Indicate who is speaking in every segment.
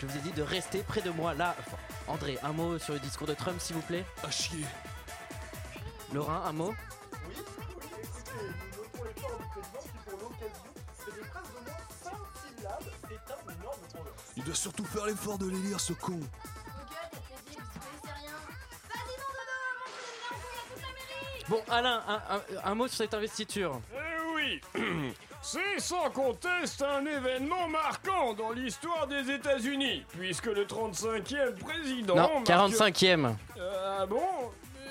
Speaker 1: Je vous ai dit de rester près de moi là. Enfin, André, un mot sur le discours de Trump, s'il vous plaît.
Speaker 2: À chier.
Speaker 1: Laurent, un mot
Speaker 3: Oui, oui, écoutez, nous notons l'effort du président qui, pour l'occasion, fait des phrases d'au moins 5 syllabes. C'est un énorme tournoi.
Speaker 2: Il doit surtout faire l'effort de les lire, ce
Speaker 4: Vos
Speaker 2: con.
Speaker 4: gueules, t'es paisible, vous connaissez rien. Vas-y, Mandana, montre que t'es un couille à toute l'Amérique
Speaker 1: Bon, Alain, un, un- un mot sur cette investiture.
Speaker 5: Eh oui C'est sans conteste un événement marquant dans l'histoire des États-Unis, puisque le 35e président.
Speaker 1: non,
Speaker 5: marque-
Speaker 1: 45e.
Speaker 5: Euh, Ah bon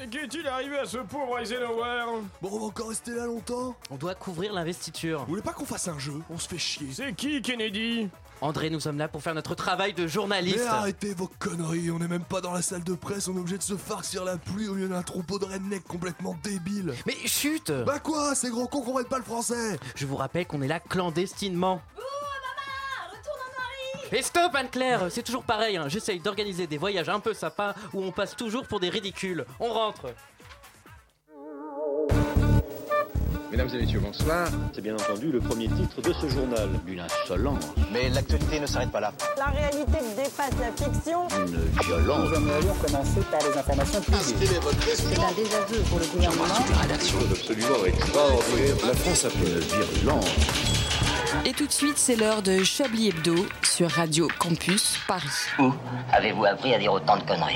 Speaker 5: Et Qu'est-il arrivé à ce pauvre Eisenhower
Speaker 2: Bon, on va encore rester là longtemps
Speaker 1: On doit couvrir l'investiture.
Speaker 2: Vous voulez pas qu'on fasse un jeu On se fait chier.
Speaker 5: C'est qui Kennedy
Speaker 1: André, nous sommes là pour faire notre travail de journaliste.
Speaker 2: Mais arrêtez vos conneries, on est même pas dans la salle de presse, on est obligé de se farcir la pluie au milieu d'un troupeau de rednecks complètement débiles.
Speaker 1: Mais chut
Speaker 2: Bah quoi, ces gros cons comprennent pas le français
Speaker 1: Je vous rappelle qu'on est là clandestinement. Et stop Anne-Claire, c'est toujours pareil, hein. j'essaye d'organiser des voyages un peu sympas où on passe toujours pour des ridicules. On rentre
Speaker 6: Mesdames et messieurs, bonsoir.
Speaker 7: C'est bien entendu le premier titre de ce journal. Une insolence,
Speaker 8: Mais l'actualité ne s'arrête pas là.
Speaker 9: La réalité dépasse la fiction.
Speaker 7: une violence.
Speaker 8: Nous aimerions commencer par les informations privées.
Speaker 9: C'est un désaveu pour le gouvernement.
Speaker 8: La rédaction
Speaker 7: Absolument extraordinaire. La France a fait une virulence.
Speaker 10: Et tout de suite, c'est l'heure de Chablis Hebdo sur Radio Campus Paris.
Speaker 8: Où avez-vous appris à dire autant de conneries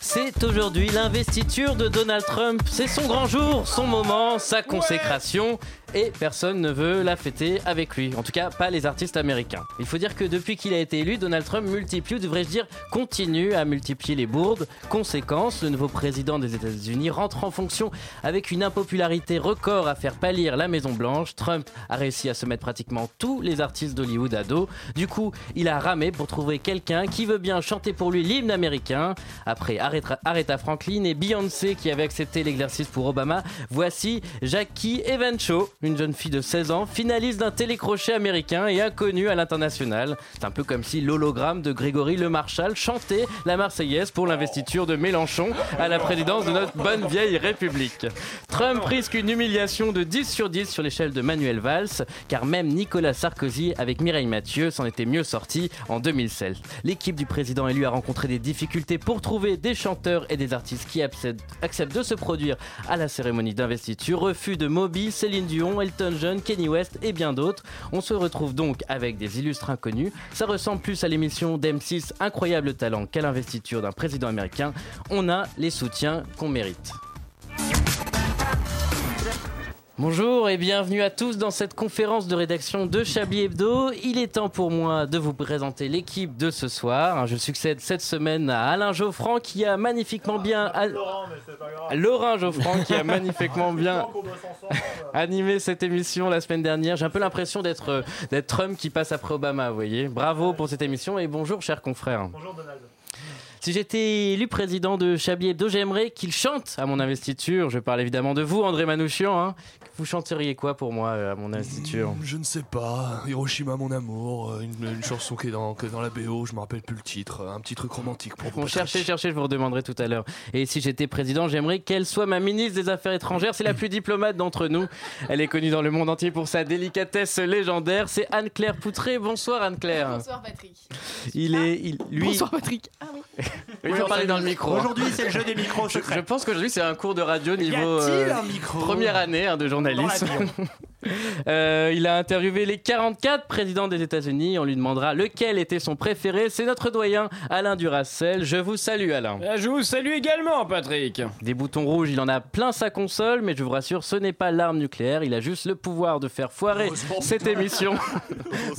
Speaker 1: C'est aujourd'hui l'investiture de Donald Trump. C'est son grand jour, son moment, sa consécration. Et personne ne veut la fêter avec lui. En tout cas, pas les artistes américains. Il faut dire que depuis qu'il a été élu, Donald Trump multiplie, ou devrais-je dire, continue à multiplier les bourdes. Conséquence, le nouveau président des États-Unis rentre en fonction avec une impopularité record à faire pâlir la Maison-Blanche. Trump a réussi à se mettre pratiquement tous les artistes d'Hollywood à dos. Du coup, il a ramé pour trouver quelqu'un qui veut bien chanter pour lui l'hymne américain. Après Aretha Aretha Franklin et Beyoncé qui avaient accepté l'exercice pour Obama, voici Jackie Evancho, une jeune fille de 16 ans, finaliste d'un télécrochet américain et inconnue à l'international. C'est un peu comme si l'hologramme de Grégory Le Marchal chantait la Marseillaise pour l'investiture de Mélenchon à la présidence de notre bonne vieille République. Trump risque une humiliation de 10 sur 10 sur l'échelle de Manuel Valls, car même Nicolas Sarkozy avec Mireille Mathieu s'en était mieux sorti en 2007. L'équipe du président élu a rencontré des difficultés pour trouver des chanteurs et des artistes qui acceptent acceptent de se produire à la cérémonie d'investiture. Refus de Moby, Céline Dion, Elton John, Kenny West et bien d'autres. On se retrouve donc avec des illustres inconnus. Ça ressemble plus à l'émission d'M6 Incroyable Talent qu'à l'investiture d'un président américain. On a les soutiens qu'on mérite. Bonjour et bienvenue à tous dans cette conférence de rédaction de Chablis Hebdo. Il est temps pour moi de vous présenter l'équipe de ce soir. Hein, Je succède cette semaine à Alain Geoffran qui a magnifiquement bien...
Speaker 3: Ah, Laurent, mais c'est pas grave.
Speaker 1: à Laurent Geoffran qui a magnifiquement bien
Speaker 3: qu'on bosse ensemble.
Speaker 1: animé cette émission la semaine dernière. J'ai un peu l'impression d'être euh, d'être Trump qui passe après Obama, vous voyez. Bravo pour cette émission et bonjour chers confrères.
Speaker 3: Bonjour Donald.
Speaker 1: Si j'étais élu président de Chablis Hebdo, j'aimerais qu'il chante à mon investiture. Je parle évidemment de vous, André Manouchian. hein. Vous chanteriez quoi pour moi euh, à mon investiture
Speaker 2: Je ne sais pas, Hiroshima mon amour, euh, une, une chanson qui est, dans, qui est dans la BO, je me rappelle plus le titre, euh, un petit truc romantique pour vous.
Speaker 1: Bon, cherchez, cherchez, je vous redemanderai tout à l'heure. Et si j'étais président, j'aimerais qu'elle soit ma ministre des Affaires étrangères. C'est la plus diplomate d'entre nous. Elle est connue dans le monde entier pour sa délicatesse légendaire. C'est Anne-Claire Poutré. Bonsoir Anne-Claire.
Speaker 4: Bonsoir, Patrick.
Speaker 1: Il est, il, lui,
Speaker 10: Patrick. Ah oui.
Speaker 1: il faut parler dans le micro.
Speaker 11: Aujourd'hui, c'est le jeu des micros
Speaker 1: Je, je
Speaker 11: secrets.
Speaker 1: pense qu'aujourd'hui c'est un cours de radio
Speaker 11: Y
Speaker 1: niveau
Speaker 11: a-t-il
Speaker 1: euh,
Speaker 11: un micro
Speaker 1: première année hein, de journalisme.
Speaker 11: Dans
Speaker 1: Euh, il a interviewé les 44 présidents des États-Unis. On lui demandera lequel était son préféré. C'est notre doyen Alain Duracel. Je vous salue Alain.
Speaker 5: Eh, Je vous salue également, Patrick.
Speaker 1: Des boutons rouges, il en a plein sa console, mais je vous rassure, ce n'est pas l'arme nucléaire, il a juste le pouvoir de faire foirer
Speaker 2: Heureusement.
Speaker 1: cette émission.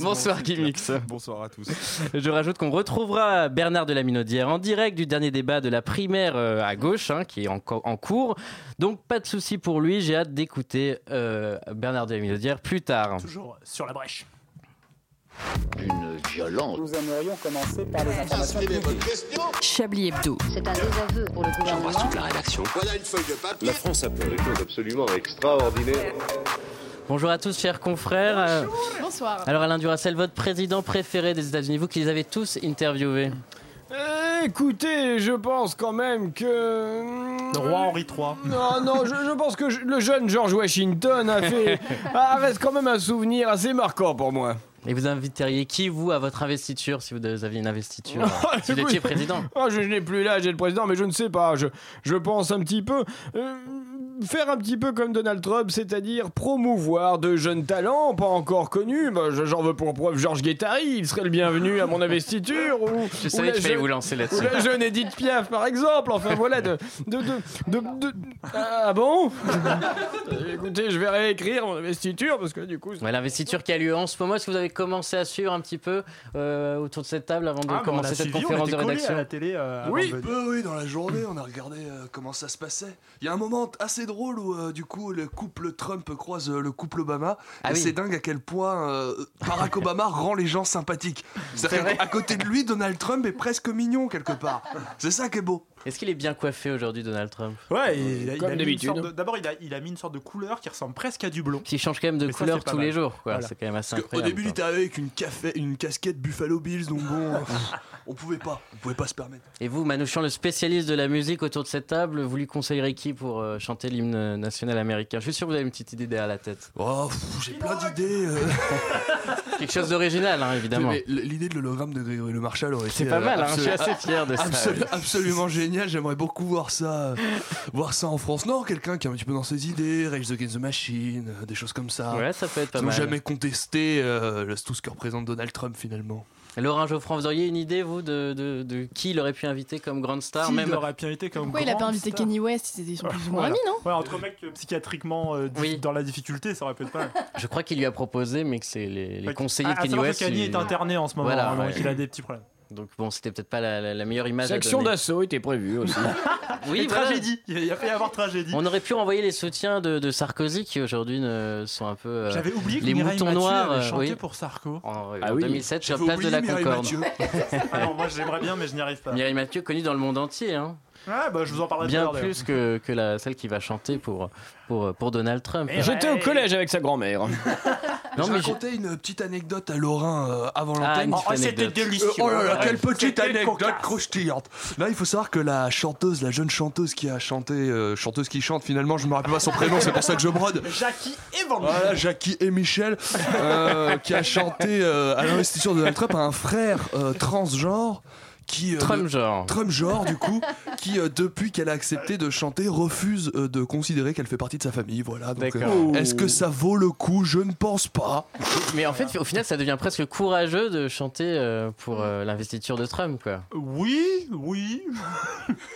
Speaker 1: Bonsoir Gimmix.
Speaker 2: Bonsoir à tous.
Speaker 1: Je rajoute qu'on retrouvera Bernard de la Minaudière en direct du dernier débat de la primaire euh, à gauche, hein, qui est en, co- en cours. Donc pas de souci pour lui, j'ai hâte d'écouter euh, Bernard de la Minaudière plus tard.
Speaker 11: Toujours sur la brèche.
Speaker 7: Une violence.
Speaker 8: Nous aimerions commencer par
Speaker 7: Ah,
Speaker 8: les informations privées.
Speaker 10: Chablis Hebdo.
Speaker 9: C'est un désaveu pour le gouvernement.
Speaker 8: la rédaction.
Speaker 7: La France a fait des choses absolument extraordinaires.
Speaker 1: Bonjour à tous, chers confrères. Euh,
Speaker 4: Bonsoir.
Speaker 1: Alors Alain Duracel, votre président préféré des États-Unis, vous qui les avez tous interviewés.
Speaker 5: Eh, Écoutez, je pense quand même que. hmm,
Speaker 11: Le roi Henri III.
Speaker 5: Non, non, je, je pense ah, que je- le jeune George Washington a fait. a- reste quand même un souvenir assez marquant pour moi.
Speaker 1: Et vous inviteriez qui, vous, à votre investiture si vous aviez une investiture
Speaker 5: Oh,
Speaker 1: euh, Si vous
Speaker 5: Écoute,
Speaker 1: étiez président
Speaker 5: ah, je je n'ai plus là, j'ai le président, mais je ne sais pas. Je, je pense un petit peu. euh, faire un petit peu comme Donald Trump, c'est-à-dire promouvoir de jeunes talents pas encore connus. Bah, je- J'en veux pour preuve Georges Guettari, il serait le bienvenu à mon investiture. Ou,
Speaker 1: Je
Speaker 5: ou
Speaker 1: savais
Speaker 5: la
Speaker 1: qu'il fallait
Speaker 5: jeune-
Speaker 1: vous lancer là-dessus.
Speaker 5: Ou la jeune Edith Piaf, par exemple. Enfin voilà, de. de, de, de, de- ah bon Euh, Écoutez, je vais réécrire mon investiture parce que du coup.
Speaker 1: Ouais, L'investiture qui a lieu en ce moment, est-ce que vous avez commencé à suivre un petit peu euh, autour de cette table avant de
Speaker 11: Ah, mais on
Speaker 1: commencer
Speaker 11: a
Speaker 1: cette
Speaker 11: suivi, on
Speaker 1: conférence de
Speaker 11: était collés
Speaker 1: rédaction
Speaker 11: à la télé, euh, avant
Speaker 2: oui,
Speaker 11: de venir.
Speaker 2: bah oui, dans la journée, on a regardé euh, comment ça se passait. Il y a un moment assez drôle où, euh, du coup, le couple Trump croise euh, le couple Obama.
Speaker 1: Ah
Speaker 2: et
Speaker 1: oui.
Speaker 2: c'est dingue à quel point euh, Barack Obama rend les gens sympathiques.
Speaker 1: C'est
Speaker 2: C'est-à-dire
Speaker 1: vrai.
Speaker 2: qu'à à côté de lui, Donald Trump est presque mignon quelque part. C'est ça qui est beau.
Speaker 1: Est-ce qu'il est bien coiffé aujourd'hui, Donald Trump
Speaker 11: Ouais, il a- il a mis
Speaker 1: Euh, Comme
Speaker 11: une
Speaker 1: d'habitude.
Speaker 11: sorte de- D'abord, il a, il a mis une sorte de couleur qui ressemble presque à du blond.
Speaker 1: Qui change quand même de
Speaker 11: Mais ça,
Speaker 1: couleur
Speaker 11: c'est pas
Speaker 1: tous
Speaker 11: mal.
Speaker 1: les jours. quoi.
Speaker 11: Voilà.
Speaker 1: C'est quand même assez
Speaker 2: Parce qu'au
Speaker 1: incroyable.
Speaker 2: début, il était avec une, café, une casquette Buffalo Bills, donc bon, euh, pff, on pouvait pas. On pouvait pas se permettre.
Speaker 1: Et vous, Manouchian, le spécialiste de la musique autour de cette table, vous lui conseillerez qui pour euh, chanter l'hymne national américain Je suis sûr que vous avez une petite idée derrière la tête.
Speaker 2: Oh, pff, j'ai plein d'idées. euh.
Speaker 1: Quelque chose d'original, hein, évidemment.
Speaker 2: Mais l- L'idée de l'hologramme de Grégory Le Marchal aurait été.
Speaker 1: C'est pas
Speaker 2: euh,
Speaker 1: mal, hein, je suis
Speaker 2: absolu-
Speaker 1: assez fier de ça,
Speaker 2: absolu-
Speaker 1: ouais.
Speaker 2: Absolument génial, j'aimerais beaucoup voir ça, euh, voir ça en France. Non, quelqu'un qui est un petit peu dans ses idées, Rage Against the Machine, euh, des choses comme ça.
Speaker 1: Ouais, ça peut être pas
Speaker 2: Qui n'ont
Speaker 1: mal.
Speaker 2: jamais contesté euh, le- tout ce que représente Donald Trump finalement.
Speaker 1: Laurent Geoffrand, vous auriez une idée, vous, de, de- de qui il aurait pu inviter comme grande star
Speaker 11: Qui
Speaker 1: même...
Speaker 11: l'aurait pu inviter comme
Speaker 12: Pourquoi il a pas invité Kenny West Ils sont plus ou moins
Speaker 11: Voilà.
Speaker 12: amis, non
Speaker 11: Ouais, entre mecs euh, psychiatriquement euh, dif- dans la difficulté, ça aurait pu être pas mal.
Speaker 1: Je crois qu'il lui a proposé, mais que c'est les, les
Speaker 11: Ouais,
Speaker 1: conseillers
Speaker 11: à-
Speaker 1: de
Speaker 11: à
Speaker 1: Kanye
Speaker 11: savoir que Ah,
Speaker 1: West.
Speaker 11: Kanye
Speaker 1: ils-
Speaker 11: est interné en ce moment, hein,
Speaker 1: Voilà,
Speaker 11: donc
Speaker 1: ouais.
Speaker 11: il a des petits problèmes.
Speaker 1: Donc bon, c'était peut-être pas la, la- la meilleure image.
Speaker 11: Section
Speaker 1: à donner.
Speaker 5: d'assaut était prévue aussi.
Speaker 1: oui,
Speaker 11: Et
Speaker 1: voilà.
Speaker 11: tragédie. Il y a fait y avoir tragédie.
Speaker 1: On aurait pu envoyer les soutiens de, de Sarkozy qui aujourd'hui ne sont un peu euh,
Speaker 11: J'avais oublié que
Speaker 1: les
Speaker 11: Mireille
Speaker 1: moutons
Speaker 11: Mathieu
Speaker 1: noirs
Speaker 11: avait
Speaker 1: euh,
Speaker 11: chanté
Speaker 1: oui.
Speaker 11: pour Sarko.
Speaker 1: En, euh,
Speaker 11: Ah
Speaker 1: en
Speaker 11: oui.
Speaker 1: 2007 sur
Speaker 11: J'avais
Speaker 1: place de la
Speaker 11: oublié Mireille
Speaker 1: Concorde.
Speaker 11: Mathieu. Ah non, moi j'aimerais bien, mais je n'y arrive pas.
Speaker 1: Mireille Mathieu connue dans le monde entier, hein.
Speaker 11: Ah bah je vous en parlerai
Speaker 1: bien
Speaker 11: tout à l'heure,
Speaker 1: plus que, que la, celle qui va chanter pour, pour, pour Donald Trump.
Speaker 5: J'étais
Speaker 11: Eh.
Speaker 5: au collège avec sa grand-mère.
Speaker 1: Ah, Non,
Speaker 2: je
Speaker 1: mais
Speaker 2: racontais une petite anecdote à Laurin euh, avant
Speaker 1: Ah,
Speaker 2: l'antenne.
Speaker 1: une petite Oh, c'était anecdote. délicieux.
Speaker 2: Euh, Oh là là, quelle
Speaker 1: Ouais.
Speaker 2: petite
Speaker 1: C'était
Speaker 2: anecdote croustillante. Là, il faut savoir que la chanteuse, la jeune chanteuse qui a chanté, euh, chanteuse qui chante finalement, je me rappelle pas son prénom, c'est pour ça que je brode.
Speaker 11: Jackie et Van
Speaker 2: Voilà, Jackie et Michel, euh, qui a chanté euh, à l'investiture de Donald Trump à un frère euh, transgenre. Qui, euh,
Speaker 1: Trump
Speaker 2: de-
Speaker 1: genre.
Speaker 2: Trump genre, du coup, qui, euh, depuis qu'elle a accepté de chanter, refuse euh, de considérer qu'elle fait partie de sa famille. Voilà. Donc,
Speaker 1: D'accord.
Speaker 2: euh, est-ce que ça vaut le coup Je ne pense pas.
Speaker 1: Mais en fait, au final, ça devient presque courageux de chanter euh, pour euh, l'investiture de Trump, quoi.
Speaker 11: Oui, oui.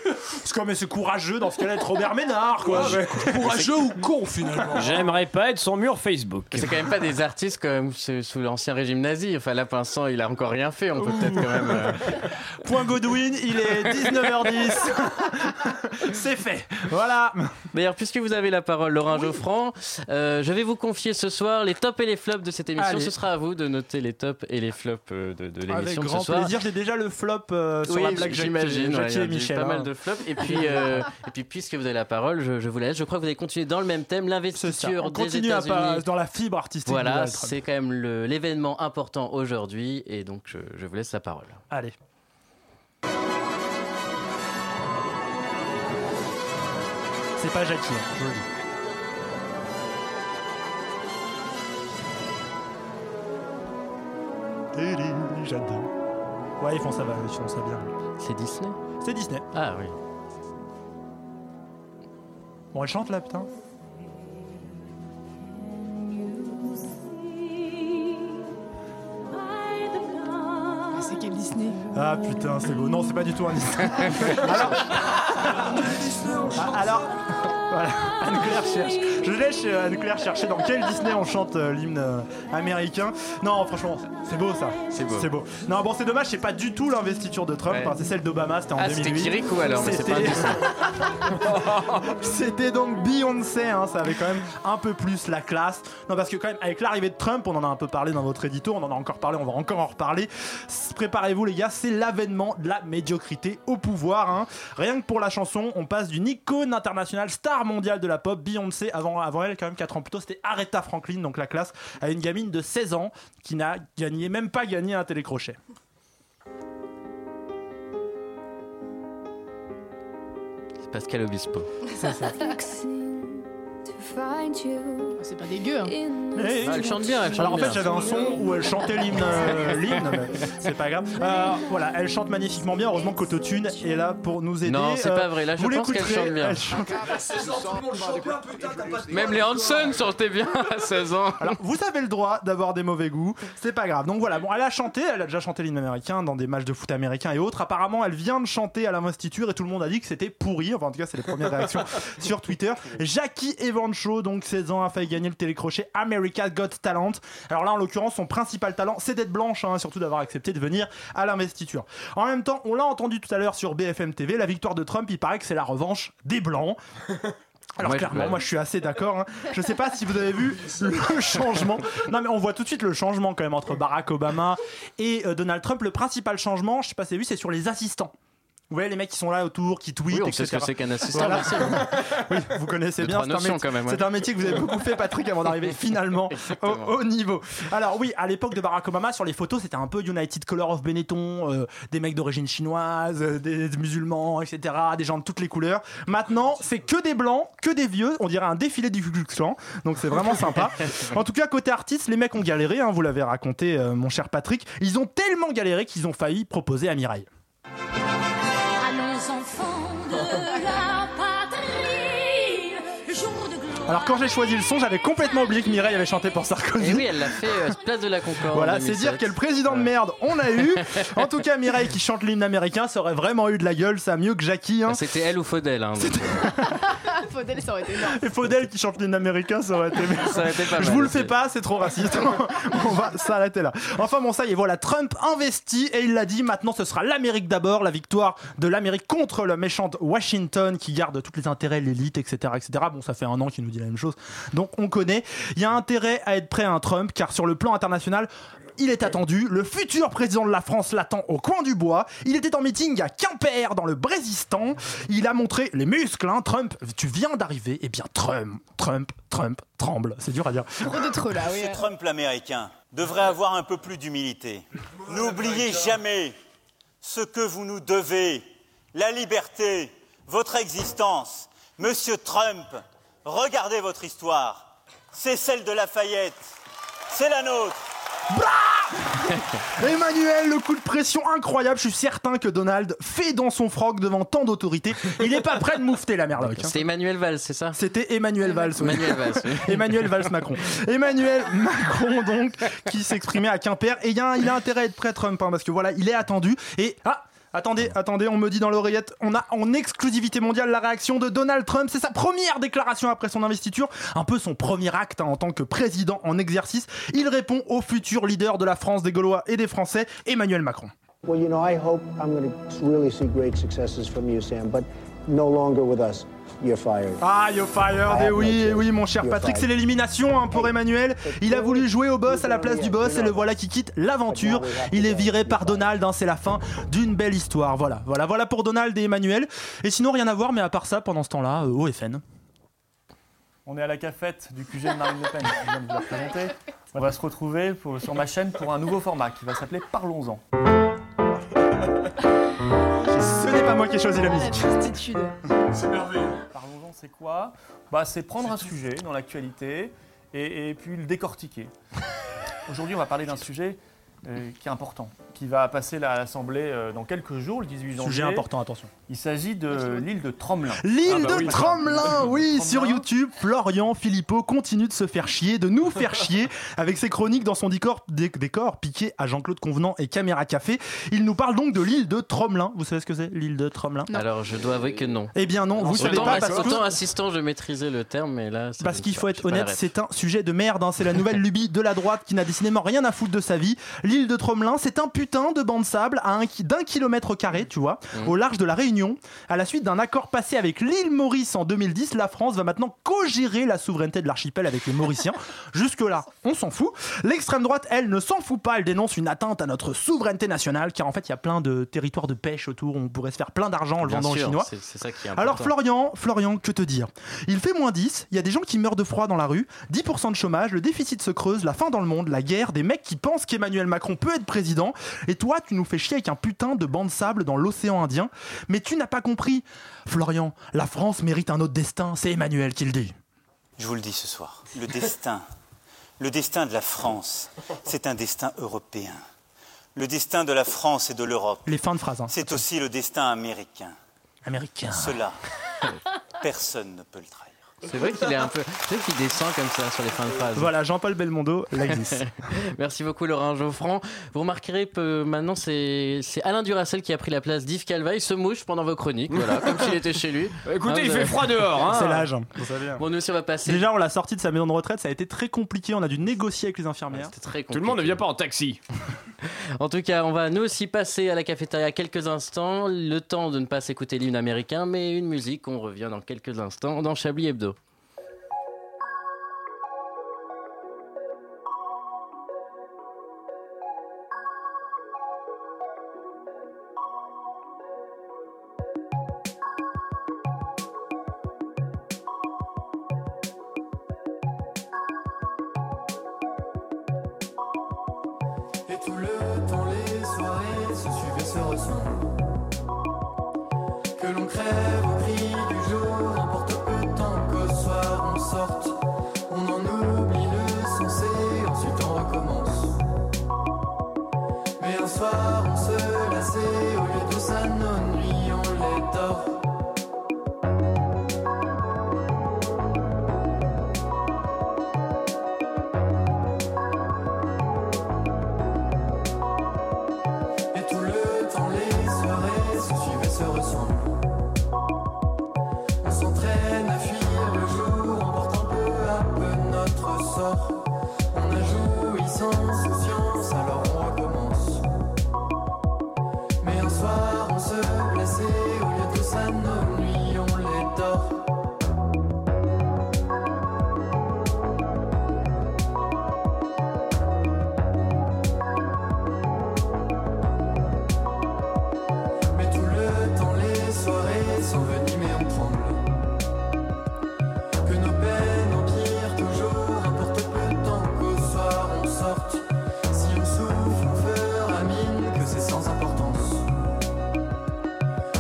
Speaker 11: Parce que mais c'est courageux dans ce cas-là être Robert Ménard quoi.
Speaker 1: Ouais,
Speaker 11: Mais-
Speaker 2: Courageux ou con finalement
Speaker 11: Ah.
Speaker 5: J'aimerais pas être son mur Facebook.
Speaker 1: C'est quand même pas des artistes comme sous sous l'ancien régime nazi. Enfin, là, pour l'instant, il a encore rien fait. On peut peut-être quand même. euh,
Speaker 11: Point Godwin, il est 19h10. C'est fait. Voilà.
Speaker 1: D'ailleurs, puisque vous avez la parole, Laurent Geoffrand, euh, je vais vous confier ce soir les tops et les flops de cette émission.
Speaker 11: Allez.
Speaker 1: Ce sera à vous de noter les tops et les flops euh, de, de
Speaker 11: Avec
Speaker 1: l'émission de
Speaker 11: grand
Speaker 1: ce soir.
Speaker 11: plaisir, j'ai déjà le flop euh, sur
Speaker 1: Oui,
Speaker 11: la blague
Speaker 1: j'imagine. ouais,
Speaker 11: Jackie
Speaker 1: il y a
Speaker 11: et Michel.
Speaker 1: Pas
Speaker 11: hein.
Speaker 1: mal de flops. Et puis, euh, et puis, puisque vous avez la parole, je, je vous laisse. Je crois que vous allez continuer dans le même thème,
Speaker 11: Ça,
Speaker 1: l'investiture
Speaker 11: on
Speaker 1: des
Speaker 11: continue à
Speaker 1: États-Unis.
Speaker 11: pas, dans la fibre artistique. de
Speaker 1: Voilà,
Speaker 11: Donald Trump.
Speaker 1: c'est quand même le- l'événement important aujourd'hui, et donc je, je vous laisse la parole.
Speaker 11: Allez. C'est pas Jackie, hein, je vous le dis. Tiri, J'adore. Ouais, ils font ça, bah, ils font ça bien.
Speaker 1: C'est Disney
Speaker 11: C'est Disney.
Speaker 1: Ah oui.
Speaker 11: Bon, elle chante là, putain.
Speaker 12: Ah, C'est quel Disney
Speaker 11: Ah putain, c'est beau. Non, c'est pas du tout un Disney. alors. Ah, alors. Voilà, Anne-Claire cherche. Je laisse euh, Anne-Claire chercher dans quel Disney on chante euh, l'hymne euh, américain. Non, franchement, c'est beau ça. C'est
Speaker 1: beau.
Speaker 11: C'est beau. Non, bon, c'est dommage, c'est pas du tout l'investiture de Trump.
Speaker 1: Ouais.
Speaker 11: Enfin, c'est celle d'Obama, c'était en
Speaker 1: Ah, c'était
Speaker 11: 2008.
Speaker 1: Kirikou, alors, mais c'est pas un
Speaker 11: C'était-
Speaker 1: Disney.
Speaker 11: C'était donc Beyoncé, hein, ça avait quand même un peu plus la classe. Non, parce que quand même, avec l'arrivée de Trump, on en a un peu parlé dans votre édito, on en a encore parlé, on va encore en reparler. S- Préparez-vous les gars, c'est l'avènement de la médiocrité au pouvoir. hein. Rien que pour la chanson, on passe d'une icône internationale, star mondiale de la pop, Beyoncé, avant, avant elle quand même 4 ans plus tôt, c'était Aretha Franklin, donc la classe, à une gamine de 16 ans qui n'a gagné, même pas gagné un télécrochet.
Speaker 1: C'est Pascal Obispo.
Speaker 11: C'est ça.
Speaker 13: Vaccine de
Speaker 12: C'est pas dégueu. hein.
Speaker 11: Eh,
Speaker 1: Ah, elle chante bien, elle chante
Speaker 11: Alors en
Speaker 1: bien.
Speaker 11: fait, j'avais un son où elle chantait l'hymne. euh, l'hymne, mais c'est pas grave. Euh, voilà, elle chante magnifiquement bien. Heureusement qu'Autotune est là pour nous aider. Euh,
Speaker 1: Non, c'est pas vrai. Là, je
Speaker 11: vous
Speaker 1: pense qu'elle
Speaker 11: l'écouterez.
Speaker 1: chante bien.
Speaker 11: Elle chante-
Speaker 1: Même les Hanson chantaient bien à 16 ans.
Speaker 11: Alors, vous avez le droit d'avoir des mauvais goûts, c'est pas grave. Donc voilà, bon, elle a chanté, elle a déjà chanté l'hymne américain dans des matchs de foot américain et autres. Apparemment, elle vient de chanter à l'investiture et tout le monde a dit que c'était pourri. Enfin, en tout cas, c'est les premières réactions sur Twitter. Jackie Evancho, donc 16 ans, a failli gagner le télécrochet America Got Talent. Alors là, en l'occurrence, son principal talent, c'est d'être blanche, hein, surtout d'avoir accepté de venir à l'investiture. En même temps, on l'a entendu tout à l'heure sur BFM TV, la victoire de Trump, il paraît que c'est la revanche des blancs. Alors
Speaker 1: Ouais, je-
Speaker 11: clairement,
Speaker 1: ouais.
Speaker 11: moi je suis assez d'accord. hein. Je sais pas si vous avez vu le changement. Non mais on voit tout de suite le changement quand même entre Barack Obama et euh, Donald Trump. Le principal changement, je sais pas si vous avez vu, c'est sur les assistants. Vous voyez les mecs qui sont là autour, qui tweetent,
Speaker 1: Oui, on sait
Speaker 11: etc.
Speaker 1: ce que c'est qu'un assistant, merci.
Speaker 11: oui, vous connaissez
Speaker 1: Deux,
Speaker 11: bien.
Speaker 1: trois
Speaker 11: C'est un,
Speaker 1: notions,
Speaker 11: métier-
Speaker 1: quand même, ouais.
Speaker 11: c'est un métier que vous avez beaucoup fait, Patrick, avant d'arriver finalement au, haut niveau. Alors oui, à l'époque de Barack Obama, sur les photos, c'était un peu United Color of Benetton, euh, des mecs d'origine chinoise, euh, des, des musulmans, etc., des gens de toutes les couleurs. Maintenant, c'est que des blancs, que des vieux. On dirait un défilé du Ku Klux Klan. Donc c'est vraiment sympa. En tout cas, côté artiste, les mecs ont galéré. hein, vous l'avez raconté, euh, mon cher Patrick. Ils ont tellement galéré qu'ils ont failli proposer à Mireille.
Speaker 4: Allons enfants de la patrie, jour de gloire.
Speaker 11: Alors quand j'ai choisi le son, j'avais complètement oublié que Mireille avait chanté pour Sarkozy.
Speaker 1: Et oui, elle l'a fait euh, Place de la Concorde. en
Speaker 11: Voilà, c'est
Speaker 1: 2007.
Speaker 11: dire quel président de merde on a eu. En tout cas, Mireille qui chante l'hymne américain, ça aurait vraiment eu de la gueule, ça mieux que Jackie. Hein.
Speaker 1: Bah, C'était elle ou Faudel. hein, donc.
Speaker 12: Faudel, ça aurait été énorme.
Speaker 11: Et Faudel qui chante l'hymne américain, ça aurait été
Speaker 1: Ça aurait été pas
Speaker 11: Je
Speaker 1: mal
Speaker 11: vous le
Speaker 1: aussi.
Speaker 11: fais pas, c'est trop raciste. on va s'arrêter là. Enfin bon, ça y est, voilà, Trump investit et il l'a dit, maintenant ce sera l'Amérique d'abord, la victoire de l'Amérique contre la méchante Washington qui garde tous les intérêts, l'élite, etc., etc. Bon, ça fait un an qu'il nous dit la même chose, donc on connaît. Il y a intérêt à être prêt à un Trump, car sur le plan international, il est attendu, le futur président de la France l'attend au coin du bois. Il était en meeting à Quimper, dans le Brésistan. Il a montré les muscles, hein. Trump, tu viens d'arriver. Eh bien, Trump, Trump, Trump, tremble. C'est dur à dire.
Speaker 12: Trop de trop là, oui. hein.
Speaker 13: Ce Trump l'américain devrait avoir un peu plus d'humilité. N'oubliez jamais ce que vous nous devez, la liberté, votre existence. Monsieur Trump, regardez votre histoire. C'est celle de Lafayette, c'est la nôtre.
Speaker 12: euh.
Speaker 11: Emmanuel, le coup de pression incroyable. Je suis certain que Donald fait dans son froc devant tant d'autorité. Il n'est pas prêt de moufter la merloc. hein.
Speaker 1: C'était Emmanuel Valls, c'est ça
Speaker 11: C'était Emmanuel Valls. oui.
Speaker 1: Emmanuel Valls, oui.
Speaker 11: Emmanuel Valls Macron. Emmanuel Macron, donc, qui s'exprimait à Quimper. Et il y a, un- il a intérêt à être prêt, Trump, hein, parce que voilà, il est attendu. Et. Ah Attendez, attendez, on me dit dans l'oreillette, on a en exclusivité mondiale la réaction de Donald Trump. C'est sa première déclaration après son investiture, un peu son premier acte hein, en tant que président en exercice. Il répond au futur leader de la France, des Gaulois et des Français, Emmanuel Macron.
Speaker 14: Well, you know, I hope I'm going to really see great successes from you, Sam, but no longer with us. You're fired.
Speaker 11: Ah, Yo Fired, et oui, eh oui, mon cher Patrick, c'est l'élimination hein, pour Emmanuel. Il a voulu jouer au boss à la place du boss et le voilà qui quitte l'aventure. Il est viré par Donald, hein, c'est la fin d'une belle histoire. Voilà, voilà, voilà pour Donald et Emmanuel. Et sinon, rien à voir, mais à part ça, pendant ce temps-là, euh, au FN.
Speaker 15: On est à la cafette du QG de Marine Le Pen, je viens de vous la présenter. On va se retrouver pour- sur ma chaîne pour un nouveau format qui va s'appeler Parlons-en.
Speaker 11: Ce n'est pas moi qui ai choisi la musique.
Speaker 15: C'est merveilleux. Parlons-en, c'est quoi bah, C'est prendre un sujet dans l'actualité et, et puis le décortiquer. Aujourd'hui, on va parler d'un sujet euh, qui est important, qui va passer là à l'Assemblée euh, dans quelques jours, le 18 janvier.
Speaker 11: Sujet important, attention.
Speaker 15: Il s'agit de l'île de Tromelin.
Speaker 11: L'île
Speaker 15: Ah bah
Speaker 11: de
Speaker 15: oui.
Speaker 11: Tremblin, oui, sur YouTube, Florian Philippot continue de se faire chier, de nous faire chier avec ses chroniques dans son décor, dé- décor piqué à Jean-Claude Convenant et Caméra Café. Il nous parle donc de l'île de Tromelin. Vous savez ce que c'est, l'île de Tromelin
Speaker 1: Alors, je dois avouer que non.
Speaker 11: Eh bien non, vous
Speaker 1: autant,
Speaker 11: savez pas parce que-
Speaker 1: autant assistant, je maîtrisais le terme, mais là. c'est-
Speaker 11: Parce qu'il faut
Speaker 1: j'ai
Speaker 11: être
Speaker 1: pas la
Speaker 11: honnête,
Speaker 1: ref.
Speaker 11: c'est un sujet de merde. hein. C'est la nouvelle lubie de la droite qui n'a décidément rien à foutre de sa vie. L'île de Tromelin, c'est un putain de banc de sable à un ki- d'un kilomètre carré, tu vois,
Speaker 1: Mmh.
Speaker 11: au large de la Réunion. À la suite d'un accord passé avec l'île Maurice en 2010, la France va maintenant co-gérer la souveraineté de l'archipel avec les Mauriciens. Jusque-là, on s'en fout. L'extrême droite, elle, ne s'en fout pas. Elle dénonce une atteinte à notre souveraineté nationale, car en fait, il y a plein de territoires de pêche autour. On pourrait se faire plein d'argent en le
Speaker 1: Bien
Speaker 11: vendant aux
Speaker 1: sûr,
Speaker 11: Chinois.
Speaker 1: c'est- C'est ça qui est important.
Speaker 11: Alors Florian, Florian, que te dire Il fait moins 10, il y a des gens qui meurent de froid dans la rue, 10% de chômage, le déficit se creuse, la faim dans le monde, la guerre, des mecs qui pensent qu'Emmanuel Macron peut être président, et toi tu nous fais chier avec un putain de banc de sable dans l'océan Indien, mais tu n'as pas compris. Florian, la France mérite un autre destin, c'est Emmanuel qui le dit.
Speaker 13: Je vous le dis ce soir, le destin, le destin de la France, c'est un destin européen. Le destin de la France et de l'Europe,
Speaker 11: Les fins de phrase. hein.
Speaker 13: c'est aussi le destin américain.
Speaker 11: Américain.
Speaker 13: Cela, personne ne peut le trahir.
Speaker 1: C'est vrai qu'il est un peu. Tu sais qu'il descend comme ça sur les fins de phrase.
Speaker 11: Voilà, Jean-Paul Belmondo, l'Axis.
Speaker 1: Merci beaucoup Laurent Geoffran. Vous remarquerez peu, maintenant c'est c'est Alain Duracel qui a pris la place d'Yves Calva. Il se mouche pendant vos chroniques, voilà, comme s'il était chez lui. Hein, vous avez-
Speaker 11: C'est l'âge.
Speaker 1: Bon, nous aussi on va passer.
Speaker 11: Déjà, on l'a sorti de sa maison de retraite, ça a été très compliqué. On a dû négocier avec les infirmières.
Speaker 1: très
Speaker 5: Tout le monde ne vient pas en taxi.
Speaker 1: En tout cas, on va nous aussi passer à la cafétéria quelques instants. Le temps de ne pas s'écouter l'hymne américain, mais une musique. On revient dans quelques instants dans Chablis Hebdo.
Speaker 16: Et tout le temps les soirées se suivent et se ressemblent Que l'on crève au cri du jour Importe peu de temps qu'au soir on sorte On en oublie le sensé Ensuite on recommence Mais un soir on se lassait Au lieu de s'ennuyer on les dort Et tout le temps les soirées se suivent et se ressemblent On s'entraîne à fuir le jour en portant peu à peu notre sort On a joui sans souciance alors on recommence Mais un soir on se blessait au lieu de s'ennuyer on les dort Mais tout le temps les soirées s'enveniment et on tremble Que nos peines empirent toujours Importe peu de temps qu'au soir on sorte Si on souffre on fera mine que c'est sans importance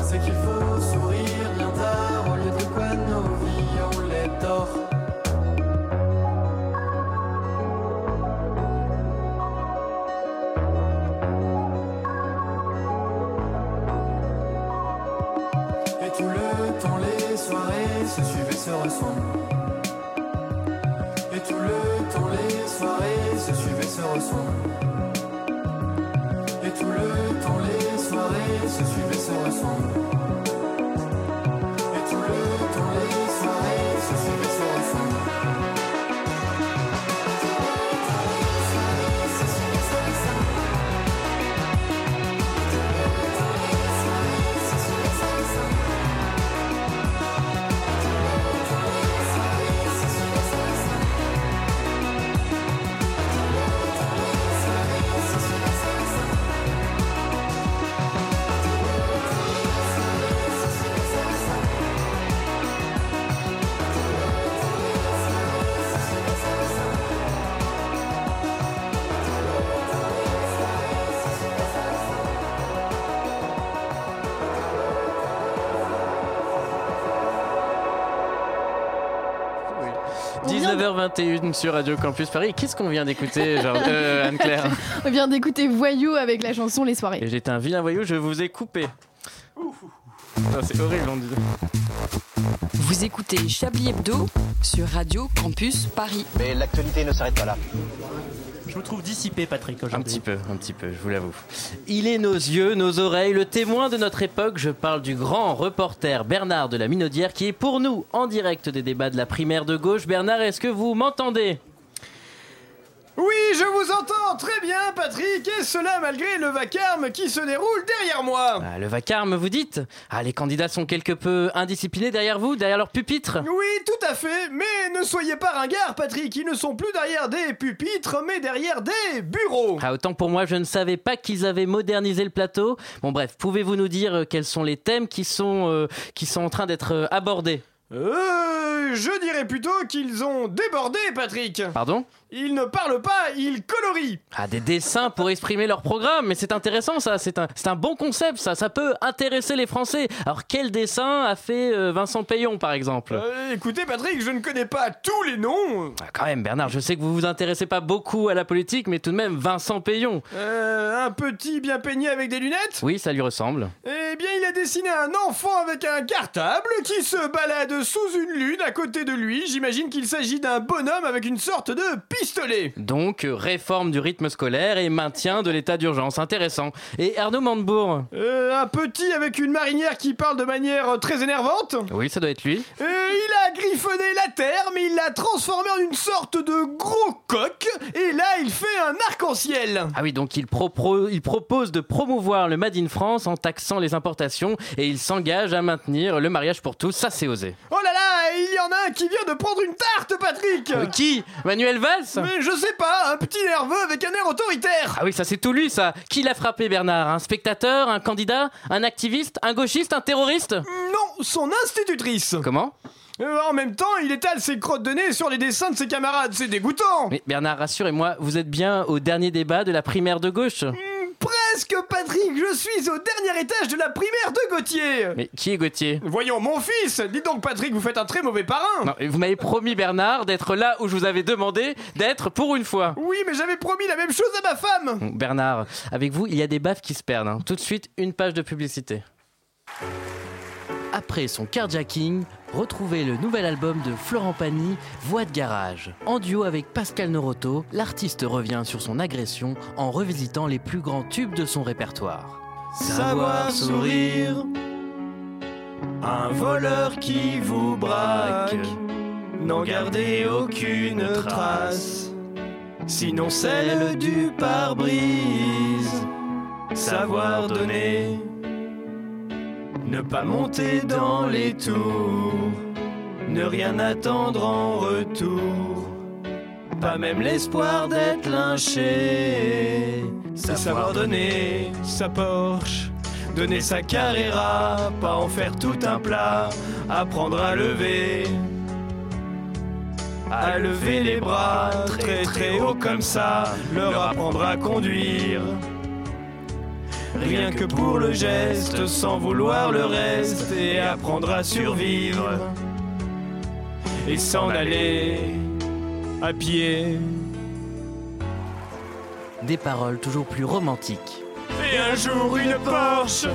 Speaker 16: C'est qu'il faut sourire bien tard Au lieu de quoi nos vies on les dort Et tout le temps les soirées se suivent et se ressemblent Et tout le temps les soirées se suivent et se ressemblent Et tout le temps les soirées se suivent et se ressemblent Et tout le temps les soirées se suivent et se ressemblent Et tout le temps les soirées se suivent et se ressemblent Et tout le temps les soirées se suivent et se ressemblent
Speaker 12: On vient
Speaker 1: 19h21 sur Radio Campus Paris. Qu'est-ce qu'on vient d'écouter, Jean- euh, Anne-Claire
Speaker 12: On vient d'écouter Voyou avec la chanson Les Soirées.
Speaker 1: Et j'étais un vilain voyou, je vous ai coupé. Non, C'est horrible, on dit.
Speaker 10: Vous écoutez Chablis Hebdo sur Radio Campus Paris.
Speaker 8: Mais l'actualité ne s'arrête pas là.
Speaker 11: Je vous trouve dissipé, Patrick, aujourd'hui.
Speaker 1: Un petit peu, un petit peu, je vous l'avoue. Il est nos yeux, nos oreilles, le témoin de notre époque. Je parle du grand reporter Bernard de la Minaudière qui est pour nous en direct des débats de la primaire de gauche. Bernard, est-ce que vous m'entendez
Speaker 5: Oui, je vous entends très bien, Patrick, et cela malgré le vacarme qui se déroule derrière moi.
Speaker 1: Ah, Le vacarme, vous dites Ah, les candidats sont quelque peu indisciplinés derrière vous, derrière leur pupitre
Speaker 5: Oui, tout à fait, mais ne soyez pas ringards, Patrick, ils ne sont plus derrière des pupitres, mais derrière des bureaux.
Speaker 1: Ah, autant pour moi, je ne savais pas qu'ils avaient modernisé le plateau. Bon, bref, pouvez-vous nous dire euh, quels sont les thèmes qui sont, euh, qui sont en train d'être euh, abordés
Speaker 5: Euh, je dirais plutôt qu'ils ont débordé, Patrick.
Speaker 1: Pardon
Speaker 5: Ils ne parlent pas, ils colorient.
Speaker 1: Ah, des dessins pour exprimer leur programme, mais c'est intéressant ça, c'est un, c'est un bon concept ça, ça peut intéresser les Français. Alors quel dessin a fait euh, Vincent Payon par exemple
Speaker 5: Euh, écoutez, Patrick, je ne connais pas tous les noms.
Speaker 1: Ah, Quand même Bernard, je sais que vous vous intéressez pas beaucoup à la politique, mais tout de même Vincent Payon.
Speaker 5: Euh, un petit bien peigné avec des lunettes
Speaker 1: Oui, ça lui ressemble.
Speaker 5: Eh bien, il a dessiné un enfant avec un cartable qui se balade sous une lune à côté de lui. J'imagine qu'il s'agit d'un bonhomme avec une sorte de pistolet.
Speaker 1: Donc euh, réforme du rythme scolaire et maintien de l'état d'urgence, intéressant. Et Arnaud Montebourg
Speaker 5: Euh, un petit avec une marinière qui parle de manière euh, très énervante.
Speaker 1: Oui, ça doit être lui.
Speaker 5: Euh, il a griffonné la terre, mais il l'a transformé en une sorte de gros coq. Et là, il fait un arc-en-ciel.
Speaker 1: Ah oui, donc il, propro- il propose de promouvoir le Made in France en taxant les importations et il s'engage à maintenir le mariage pour tous. Ça, c'est osé.
Speaker 5: Oh là là, il y en a un qui vient de prendre une tarte, Patrick.
Speaker 1: Euh, qui Manuel Valls
Speaker 5: Mais je sais pas, un petit nerveux avec un air autoritaire.
Speaker 1: Ah oui, ça, c'est tout lui, ça. Qui l'a frappé, Bernard Un spectateur Un candidat Un activiste Un gauchiste Un terroriste
Speaker 5: Non, son institutrice.
Speaker 1: Comment
Speaker 5: Euh, en même temps, il étale ses crottes de nez sur les dessins de ses camarades. C'est dégoûtant.
Speaker 1: Mais Bernard, rassurez-moi, vous êtes bien au dernier débat de la primaire de gauche
Speaker 5: Presque, Patrick, je suis au dernier étage de la primaire de Gauthier.
Speaker 1: Mais qui est Gauthier
Speaker 5: Voyons, mon fils Dis donc, Patrick, vous faites un très mauvais parrain
Speaker 1: Non, et vous m'avez promis, Bernard, d'être là où je vous avais demandé d'être pour une fois.
Speaker 5: Oui, mais j'avais promis la même chose à ma femme
Speaker 1: Bon, Bernard, avec vous, il y a des baffes qui se perdent. hein. Tout de suite, une page de publicité. Après son carjacking, retrouvez le nouvel album de Florent Pagny, Voix de garage. En duo avec Pascal Noroto, l'artiste revient sur son agression en revisitant les plus grands tubes de son répertoire.
Speaker 16: Savoir sourire. Un voleur qui vous braque. N'en gardez aucune trace. Sinon celle du pare-brise. Savoir donner. Ne pas monter dans les tours. Ne rien attendre en retour. Pas même l'espoir d'être lynché.
Speaker 5: C'est
Speaker 16: Savoir donner sa Porsche, donner sa Carrera, pas en faire tout un plat, apprendre à lever, à lever les bras très très haut comme ça, leur apprendre à conduire. Rien que pour le geste, sans vouloir le reste, et apprendre à survivre, et s'en aller à pied.
Speaker 1: Des paroles toujours plus romantiques.
Speaker 16: Et un jour une Porsche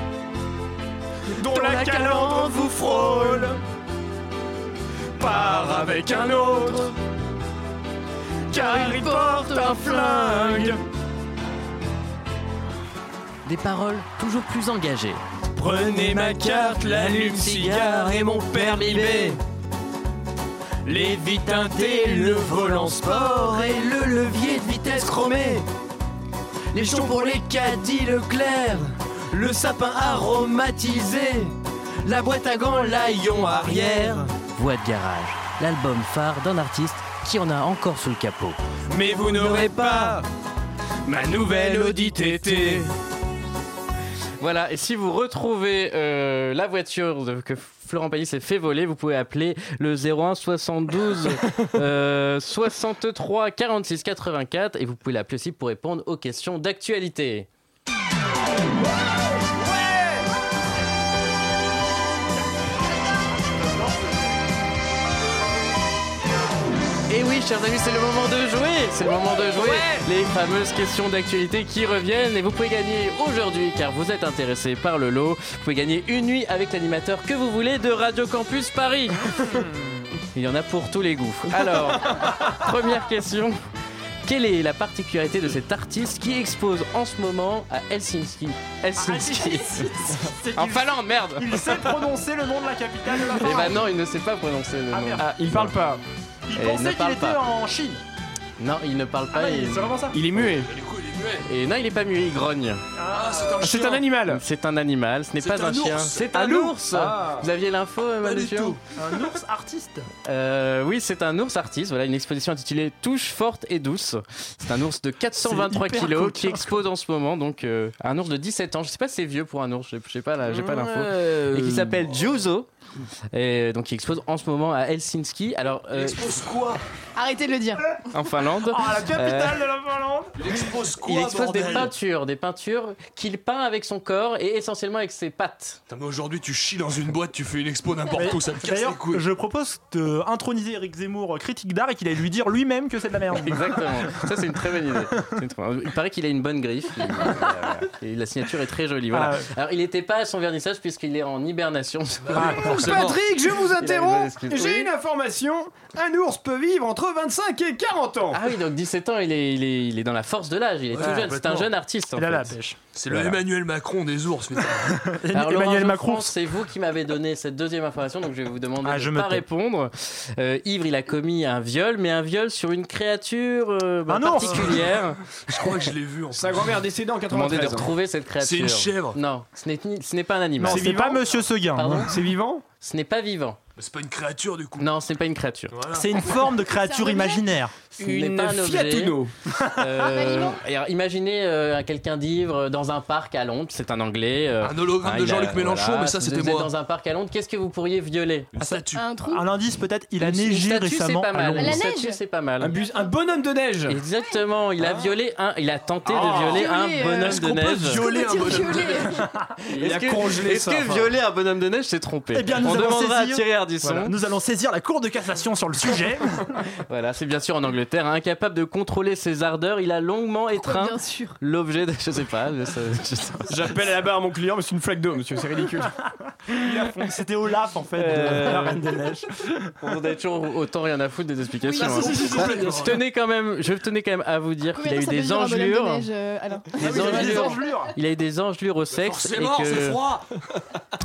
Speaker 16: dont la calandre vous frôle part avec un autre car il porte un flingue.
Speaker 1: Des paroles toujours plus engagées.
Speaker 16: Prenez ma carte, l'allume cigare et mon permis B. Les vies teintées, le volant sport et le levier de vitesse chromé. Les jetons pour les caddies Leclerc, le sapin aromatisé, la boîte à gants, l'aillon arrière.
Speaker 1: Voix de garage, l'album phare d'un artiste qui en a encore sous le capot.
Speaker 16: Mais vous n'aurez pas ma nouvelle Audi TT.
Speaker 1: Voilà, et si vous retrouvez euh, la voiture de- que Florent Pagny s'est fait voler, vous pouvez appeler le 01 72 euh, 63 46 84 et vous pouvez l'appeler aussi pour répondre aux questions d'actualité. Et Eh oui, chers amis, c'est le moment de jouer. C'est le moment de jouer. Les fameuses questions d'actualité qui reviennent et vous pouvez gagner aujourd'hui car vous êtes intéressé par le lot. Vous pouvez gagner une nuit avec l'animateur que vous voulez de Radio Campus Paris. Il y en a pour tous les goûts. Alors, première question. Quelle est la particularité de cet artiste qui expose en ce moment à Helsinki
Speaker 11: Ah,
Speaker 1: Helsinki. En Finlande, merde.
Speaker 11: Il sait prononcer le nom de la capitale de la
Speaker 1: Et
Speaker 11: Finlande.
Speaker 1: bah non, il ne sait pas prononcer le nom.
Speaker 11: merde.
Speaker 1: Ah,
Speaker 5: Il parle pas.
Speaker 11: Il
Speaker 1: Et il Eh, ne
Speaker 11: pensait qu'il
Speaker 1: parle
Speaker 11: était
Speaker 1: pas.
Speaker 11: en Chine.
Speaker 1: Non, il ne parle pas.
Speaker 11: Ah,
Speaker 1: il-
Speaker 11: c'est vraiment ça.
Speaker 5: Ah, Il est muet.
Speaker 1: Et non, il est pas muet, il grogne.
Speaker 5: Ah, c'est un
Speaker 1: C'est un animal. C'est un animal, ce n'est
Speaker 5: C'est
Speaker 1: pas un,
Speaker 5: un
Speaker 1: chien.
Speaker 5: ours.
Speaker 1: C'est
Speaker 5: Un
Speaker 1: un,
Speaker 5: loup.
Speaker 1: ours.
Speaker 5: Ah.
Speaker 1: Vous aviez l'info, euh,
Speaker 11: Pas
Speaker 1: Manu
Speaker 11: du
Speaker 1: Chian
Speaker 11: tout. Un ours artiste.
Speaker 1: Euh, oui, c'est un ours artiste. Voilà une exposition intitulée Touche forte et douce. C'est un ours de 423
Speaker 11: C'est hyper
Speaker 1: kilos
Speaker 11: coquin.
Speaker 1: qui expose en ce moment. Donc, euh, un ours de 17 ans. Je sais pas si c'est vieux pour un ours. Je je sais pas, là, j'ai pas l'info.
Speaker 5: Ouais.
Speaker 1: Et qui s'appelle Juzo. Et donc, qui expose en ce moment à Helsinki. Alors, euh,
Speaker 5: quoi Ah,
Speaker 12: Arrêtez de le dire.
Speaker 1: en Finlande. Euh,
Speaker 5: Oh, la Finlande Il expose
Speaker 1: il expose des peintures, des peintures qu'il peint avec son corps et essentiellement avec ses pattes.
Speaker 2: Putain, mais aujourd'hui, tu chies dans une boîte, tu fais une expo n'importe
Speaker 11: Mais
Speaker 2: où, ça me casse les
Speaker 11: D'ailleurs,
Speaker 2: couilles.
Speaker 11: je propose d'introniser Eric Zemmour euh, critique d'art et qu'il aille lui dire lui-même que c'est de la merde.
Speaker 1: Exactement. Ça, c'est une très bonne idée. C'est une très bonne- Il paraît qu'il a une bonne griffe. Il- voilà. Et la signature est très jolie. Voilà.
Speaker 11: Ah ouais.
Speaker 1: Alors, il n'était pas à son vernissage puisqu'il est en hibernation.
Speaker 2: Ah,
Speaker 11: Ah,
Speaker 5: Patrick, je vous
Speaker 1: Il a une bonne
Speaker 5: interromps.
Speaker 1: excuse.
Speaker 5: J'ai
Speaker 1: Oui.
Speaker 5: une information. Un ours peut vivre entre 25 et 40 ans.
Speaker 1: Ah oui, donc 17 ans, il est, il est, il est dans la force de l'âge. Il est tout
Speaker 2: Ouais,
Speaker 1: jeune. C'est un
Speaker 2: complètement.
Speaker 1: jeune artiste. En
Speaker 11: Il a
Speaker 1: fait.
Speaker 11: la pêche.
Speaker 2: C'est le
Speaker 1: Voilà.
Speaker 2: Emmanuel Macron des ours, putain.
Speaker 1: Alors, Laurent
Speaker 11: Emmanuel
Speaker 1: Geoffrand,
Speaker 11: Macron.
Speaker 1: c'est vous qui m'avez donné cette deuxième information, donc je vais vous demander
Speaker 11: Ah,
Speaker 1: de
Speaker 11: je
Speaker 1: ne
Speaker 11: me
Speaker 1: pas
Speaker 11: tais.
Speaker 1: répondre. Euh, Ivre, il a commis un viol, mais un viol sur une créature euh, bah,
Speaker 11: Un ours.
Speaker 1: particulière.
Speaker 2: Je crois que je l'ai vu en
Speaker 5: Sa grand-mère décédée en hein.
Speaker 1: Demandez de
Speaker 5: 93.
Speaker 1: retrouver cette créature.
Speaker 2: C'est une chèvre.
Speaker 1: Non, ce n'est ni- ce n'est pas un animal.
Speaker 11: Non, c'est pas Monsieur Seguin.
Speaker 1: Pardon
Speaker 11: hein.
Speaker 5: C'est vivant
Speaker 1: Ce n'est pas vivant.
Speaker 2: Mais C'est pas une créature du coup.
Speaker 1: Non, ce n'est pas une créature.
Speaker 2: Voilà.
Speaker 11: C'est une forme de créature imaginaire.
Speaker 1: Ce n'est pas un objet.
Speaker 5: Fiat Uno.
Speaker 1: Euh, et alors, imaginez euh, quelqu'un d'ivre dans un parc à Londres, c'est un anglais. euh,
Speaker 2: Un hologramme
Speaker 1: il
Speaker 2: de
Speaker 1: a-
Speaker 2: Jean-Luc Mélenchon, mais ça,
Speaker 1: si
Speaker 2: c'était
Speaker 1: vous êtes
Speaker 2: moi.
Speaker 1: dans un parc à Londres, qu'est-ce que vous pourriez violer
Speaker 2: Une statue.
Speaker 12: Un trou.
Speaker 11: Un indice peut-être, il a
Speaker 1: Une-
Speaker 11: neigé
Speaker 1: une statue, c'est
Speaker 11: récemment
Speaker 1: pas
Speaker 11: à
Speaker 1: mal.
Speaker 11: Londres.
Speaker 12: La
Speaker 1: Une
Speaker 12: neige.
Speaker 1: statue, c'est pas mal.
Speaker 5: Un, bus- un bonhomme de neige.
Speaker 1: Exactement, il a violé un, il a tenté
Speaker 5: Ah.
Speaker 1: de violer
Speaker 12: Violer,
Speaker 1: un
Speaker 12: euh,
Speaker 1: bonhomme
Speaker 12: est-ce
Speaker 1: de
Speaker 11: Ah. qu'on peut
Speaker 1: neige.
Speaker 11: violer
Speaker 12: Comment dire violer
Speaker 5: Il a congelé
Speaker 1: Est-ce
Speaker 5: ça,
Speaker 1: que
Speaker 5: enfin.
Speaker 1: violer un bonhomme de neige, c'est trompé
Speaker 11: Eh bien, nous
Speaker 1: On
Speaker 11: allons
Speaker 1: demandera
Speaker 11: saisir-
Speaker 1: à Thierry
Speaker 11: Voilà,
Speaker 1: Ardisson. Voilà,
Speaker 11: Nous allons saisir la Cour de cassation sur le sujet.
Speaker 1: c'est bien sûr en Angleterre. hein. Incapable de contrôler ses ardeurs, il a longuement étreint
Speaker 12: Oh, Bien sûr.
Speaker 1: l'objet de. Je sais pas. je sais- je sais pas.
Speaker 5: J'appelle à la barre mon client, mais c'est une flaque d'eau, monsieur, c'est ridicule.
Speaker 11: C'était Olaf en fait,
Speaker 1: Euh,
Speaker 11: de la Reine des Neiges.
Speaker 1: On a toujours autant rien à foutre des explications.
Speaker 12: Oui, bah, si,
Speaker 1: hein.
Speaker 12: si, si, si,
Speaker 1: Je tenais quand même, je tenais quand même à vous dire qu'il
Speaker 12: Combien
Speaker 1: a
Speaker 12: de
Speaker 1: eu
Speaker 12: temps ça
Speaker 1: des
Speaker 12: fait durer un bonhomme de
Speaker 1: engelures.
Speaker 12: neige, euh, Alain
Speaker 2: Ah
Speaker 1: Des engelures. Il a eu des engelures au sexe et
Speaker 2: Forcément, c'est
Speaker 1: que
Speaker 2: froid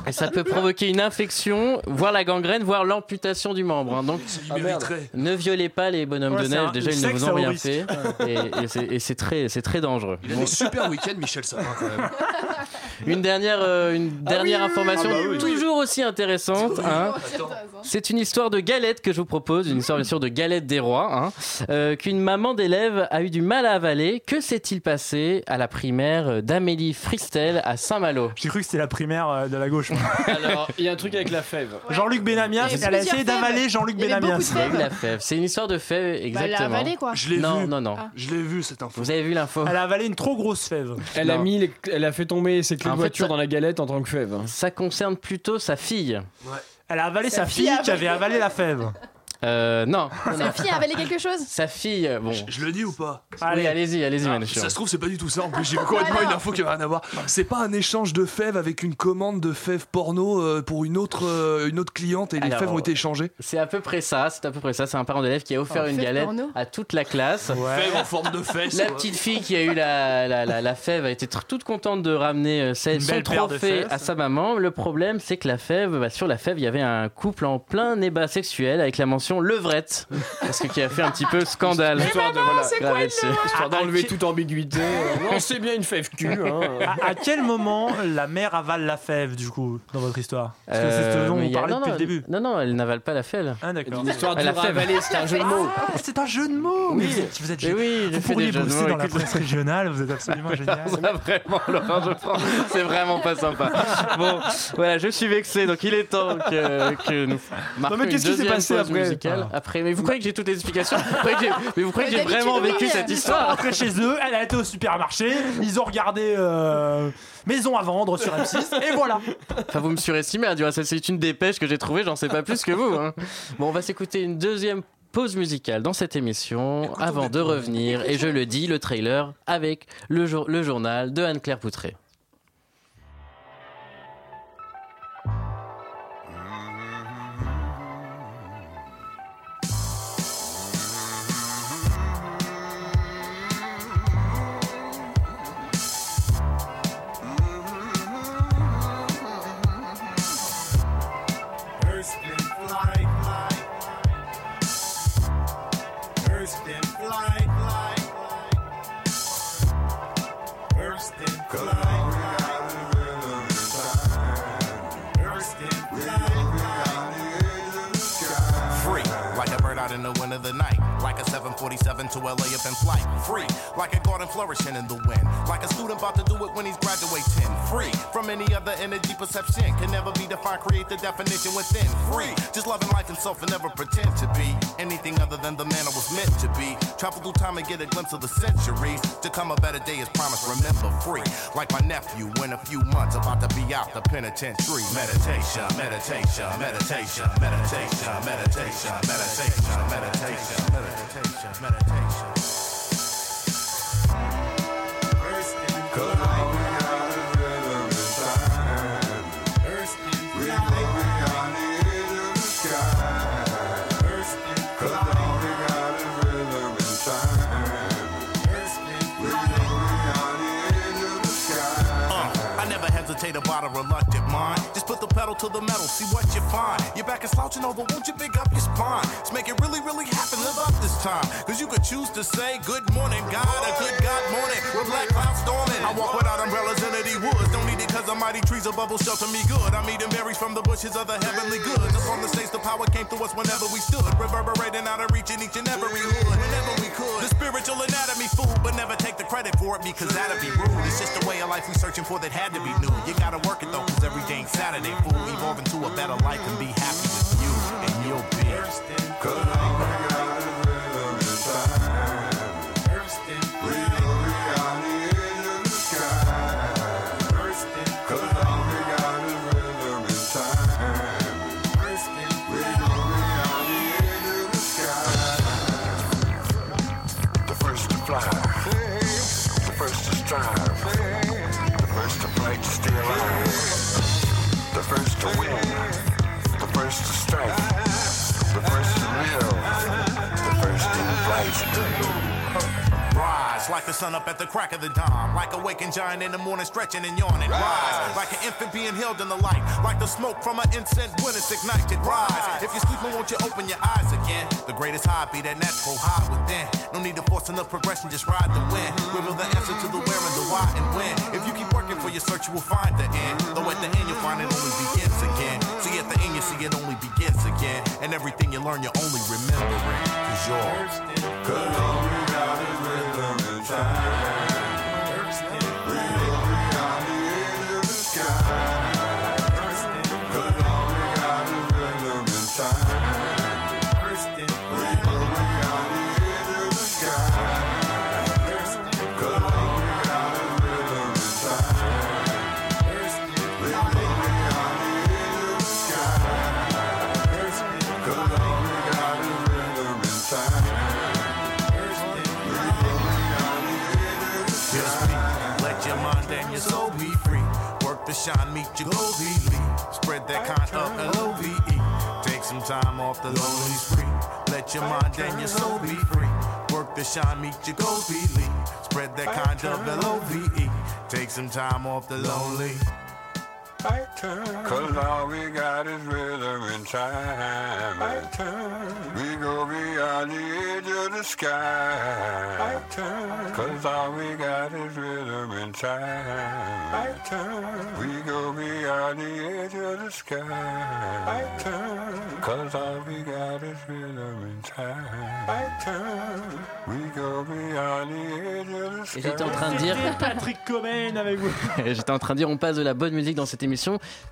Speaker 1: et ça peut provoquer une infection, voire la gangrène, voire l'amputation du membre. hein. Donc
Speaker 2: Il mériterait.
Speaker 1: ne violez pas les bonhommes
Speaker 11: Ouais,
Speaker 1: de
Speaker 11: c'est
Speaker 1: neige.
Speaker 11: un-
Speaker 1: Déjà
Speaker 11: le
Speaker 1: ils ne
Speaker 11: sexe, ça
Speaker 1: vous ont
Speaker 11: au
Speaker 1: rien
Speaker 11: risque.
Speaker 1: fait et, et c'est- et c'est très c'est très dangereux.
Speaker 2: Il a des super week-ends, Michel Sapin quand même.
Speaker 1: Une dernière euh, une dernière information
Speaker 2: Ah bah oui.
Speaker 1: toujours aussi intéressante. hein.
Speaker 2: Attends.
Speaker 1: C'est une histoire de galette que je vous propose, une histoire bien sûr de galette des rois, hein, euh, qu'une maman d'élève a eu du mal à avaler. Que s'est-il passé à la primaire d'Amélie Fristel à Saint-Malo
Speaker 11: J'ai cru que c'était la primaire euh, de la gauche.
Speaker 5: Alors, il y a un truc avec la fève.
Speaker 11: Jean-Luc Benamias,
Speaker 12: Il
Speaker 11: elle
Speaker 12: y avait
Speaker 11: a
Speaker 12: plusieurs
Speaker 11: essayé
Speaker 12: fèves.
Speaker 11: d'avaler Jean-Luc
Speaker 12: Il y avait beaucoup de
Speaker 11: Benamias.
Speaker 1: Il y a eu
Speaker 12: fèves.
Speaker 1: la fève. C'est une histoire de fève,
Speaker 12: Bah, elle
Speaker 1: exactement.
Speaker 12: a avalé quoi.
Speaker 2: Je l'ai
Speaker 1: non,
Speaker 2: vu.
Speaker 1: non, non.
Speaker 12: Ah.
Speaker 2: Je l'ai vu cette info.
Speaker 1: Vous avez vu l'info
Speaker 11: Elle a avalé une trop grosse fève.
Speaker 5: Elle a,
Speaker 1: Non.
Speaker 5: mis les- elle a fait tomber ses clés
Speaker 1: En
Speaker 5: de
Speaker 1: fait,
Speaker 5: voiture
Speaker 1: ça-
Speaker 5: dans la galette en tant que fève.
Speaker 1: Ça concerne plutôt sa fille.
Speaker 11: Elle a avalé sa
Speaker 12: Sa fille
Speaker 11: fille
Speaker 12: a
Speaker 11: qui avait avalé la fève.
Speaker 1: Euh, non.
Speaker 12: Sa fille a avalé quelque chose
Speaker 1: Sa fille, euh, bon.
Speaker 2: Je, je le dis ou pas
Speaker 1: Allez, allez-y, allez-y,
Speaker 2: Ah,
Speaker 1: Manichou.
Speaker 2: Ça se trouve, c'est pas du tout ça. En plus, j'ai complètement une info qui n'a rien à voir. C'est pas un échange de fèves avec une commande de fèves porno euh, pour une autre, euh, une autre cliente et les
Speaker 1: Alors,
Speaker 2: fèves ont été échangées.
Speaker 1: C'est à peu près ça, c'est à peu près ça. C'est un parent d'élève qui a offert
Speaker 12: Oh,
Speaker 1: une
Speaker 12: fève
Speaker 1: galette
Speaker 12: porno.
Speaker 1: à toute la classe.
Speaker 2: Fèves en forme de fesses.
Speaker 1: La
Speaker 2: quoi.
Speaker 1: petite fille qui a eu la, la, la, la fève a été tr- toute contente de ramener euh, sa-
Speaker 11: Une
Speaker 1: son
Speaker 11: belle paire de
Speaker 1: trophée
Speaker 11: fesses.
Speaker 1: à sa maman. Le problème, c'est que la fève, bah, sur la fève, il y avait un couple en plein débat sexuel avec la mention levrette. Parce que qui a fait un petit peu scandale. Gravé dessus.
Speaker 5: Histoire d'enlever
Speaker 11: ah,
Speaker 5: toute ambiguïté. euh, non, c'est bien une fève cul. Hein.
Speaker 11: À, à quel moment la mère avale la fève, du coup, dans votre histoire Parce que c'est ce
Speaker 1: Euh,
Speaker 11: dont
Speaker 1: mais
Speaker 11: on
Speaker 1: il y a-
Speaker 11: parlait
Speaker 1: non,
Speaker 11: depuis
Speaker 1: non,
Speaker 11: le début.
Speaker 1: Non, non, elle n'avale pas la fève.
Speaker 11: Ah, d'accord.
Speaker 5: L'histoire
Speaker 1: Elle
Speaker 5: du
Speaker 1: a fait-
Speaker 5: ravaler, c'est un jeu de mots.
Speaker 11: Ah, c'est un jeu de mots
Speaker 1: Oui.
Speaker 11: Mais vous êtes, vous
Speaker 1: Mais
Speaker 11: êtes
Speaker 1: oui, j'ai
Speaker 11: vous
Speaker 1: fait des
Speaker 11: pourriez
Speaker 1: jeux de
Speaker 11: bosser
Speaker 1: mots,
Speaker 11: dans la
Speaker 1: écoute.
Speaker 11: presse régionale, vous êtes absolument génial.
Speaker 1: Ça, vraiment, Laurent Geoffrand, c'est vraiment pas sympa. Bon, voilà, je suis vexé, donc il est temps que, que nous marquions
Speaker 5: mais
Speaker 1: une
Speaker 5: qu'est-ce qui s'est
Speaker 1: deuxième
Speaker 5: passé
Speaker 1: pause
Speaker 5: après
Speaker 1: musicale.
Speaker 11: Ah.
Speaker 1: Après, mais vous croyez que j'ai toutes les explications Vous croyez que j'ai- Mais vous croyez que j'ai
Speaker 12: Mais d'habitude,
Speaker 1: vraiment vécu
Speaker 12: oui,
Speaker 1: cette
Speaker 12: mais-
Speaker 1: histoire
Speaker 11: Après chez eux, elle a été au supermarché, ils ont regardé euh, Maison à vendre sur M6, et voilà.
Speaker 1: Enfin, vous me surestimez, hein, du reste, c'est une dépêche que j'ai trouvée, j'en sais pas plus que vous. hein. Bon, on va s'écouter une deuxième pause musicale dans cette émission avant de revenir, et je le dis, le trailer avec le, jour- le journal de Anne-Claire Poutré.
Speaker 17: in the wind of the night. Like a 747 to LA up in flight. Free, like a garden flourishing in the wind. Like a student about to do it when he's graduating. Free from any other energy perception. Can never be defined, create the definition within. Free, just loving life and self and never pretend to be anything other than the man I was meant to be. Travel through time and get a glimpse of the centuries. To come a better day is promised, remember free. Like my nephew in a few months, about to be out the penitentiary. Meditation, meditation, meditation, meditation, meditation, meditation, meditation, meditation, meditation. Uh, I never hesitate about a reluctant mind. Just put the pedal to the metal, see what you find. Your back is slouching over, won't you pick up your spine? Let's make it really, really happen, live up this time. Cause you could choose to say, Good morning, God, or good God morning, with black clouds storming. I walk without umbrellas in the woods, don't need it cause the mighty trees above will shelter me good. I'm eating berries from the bushes of the heavenly good. Up on the stage, the power came through us whenever we stood, reverberating out of reach in each and every hood. Whenever we could, the spiritual anatomy food, but never take the credit for it because that'd be rude. It's just the way of life we searching for that had to be new. You gotta work it though, cause every day ain't Saturday, fool. Evolving to a better life and be happy with you, and you'll be.
Speaker 18: The first to fly. The first to strive. The first to fight to stay alive. The first to win. The first to strike. The first to live. The first to
Speaker 17: Rise like the sun up at the crack of the dawn, like a waking giant in the morning, stretching and yawning. Rise like an infant being held in the light, like the smoke from an incense when it's ignited. Rise if you're sleeping, won't you open your eyes again? The greatest hobby, that natural high within. No need to force enough progression, just ride the wind. Reveal the answer to the where and the why and when. If you keep working for your search, you will find the end. Though at the end, you'll find it only begins again. See at the end, you see it only begins again, and everything you learn, you only remember it. Cause you're. Just be. Let your mind and your soul be free. Work to shine, meet your goal, elite. Spread that kind of L-O-V-E. E. Take some time off the lonely spree. Let your mind and your soul be free. Work to shine, meet your goal, elite. Spread that kind of L-O-V-E. E. Take some time off the lonely.
Speaker 18: Cause all we got is rhythm and time. We go beyond the edge of the sky. Cause all we got is rhythm and time. We go beyond the edge of the sky. Cause all we got is rhythm and time. We go beyond the edge of the sky.
Speaker 1: Et j'étais en train de dire-
Speaker 11: Patrick Comen avec vous.
Speaker 1: J'étais en train de dire, on passe de la bonne musique dans cette émission.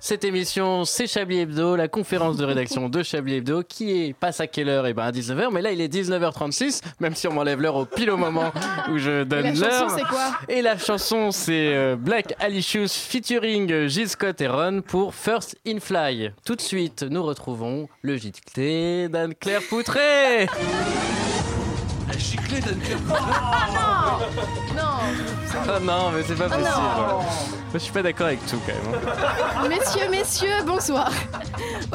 Speaker 1: Cette émission, c'est Chablis Hebdo, la conférence de rédaction de Chablis Hebdo, qui est, passe à quelle heure Et ben à 19h, mais là il est 19h36, même si on m'enlève l'heure au pile au moment où je
Speaker 12: Et la
Speaker 1: donne
Speaker 12: chanson,
Speaker 1: l'heure.
Speaker 12: c'est quoi
Speaker 1: Et la chanson, c'est euh, Black Ali Shoes featuring euh, Gil Scott et Ron pour First in Fly. Tout de suite, nous retrouvons le JT d'Anne-Claire Poutré
Speaker 2: Giclée d'Anne-Claire
Speaker 12: Ah non Non
Speaker 1: Ah non, mais c'est pas
Speaker 12: Ah
Speaker 1: possible.
Speaker 12: non.
Speaker 1: Je suis pas d'accord avec tout quand même. hein.
Speaker 12: Messieurs, messieurs, bonsoir.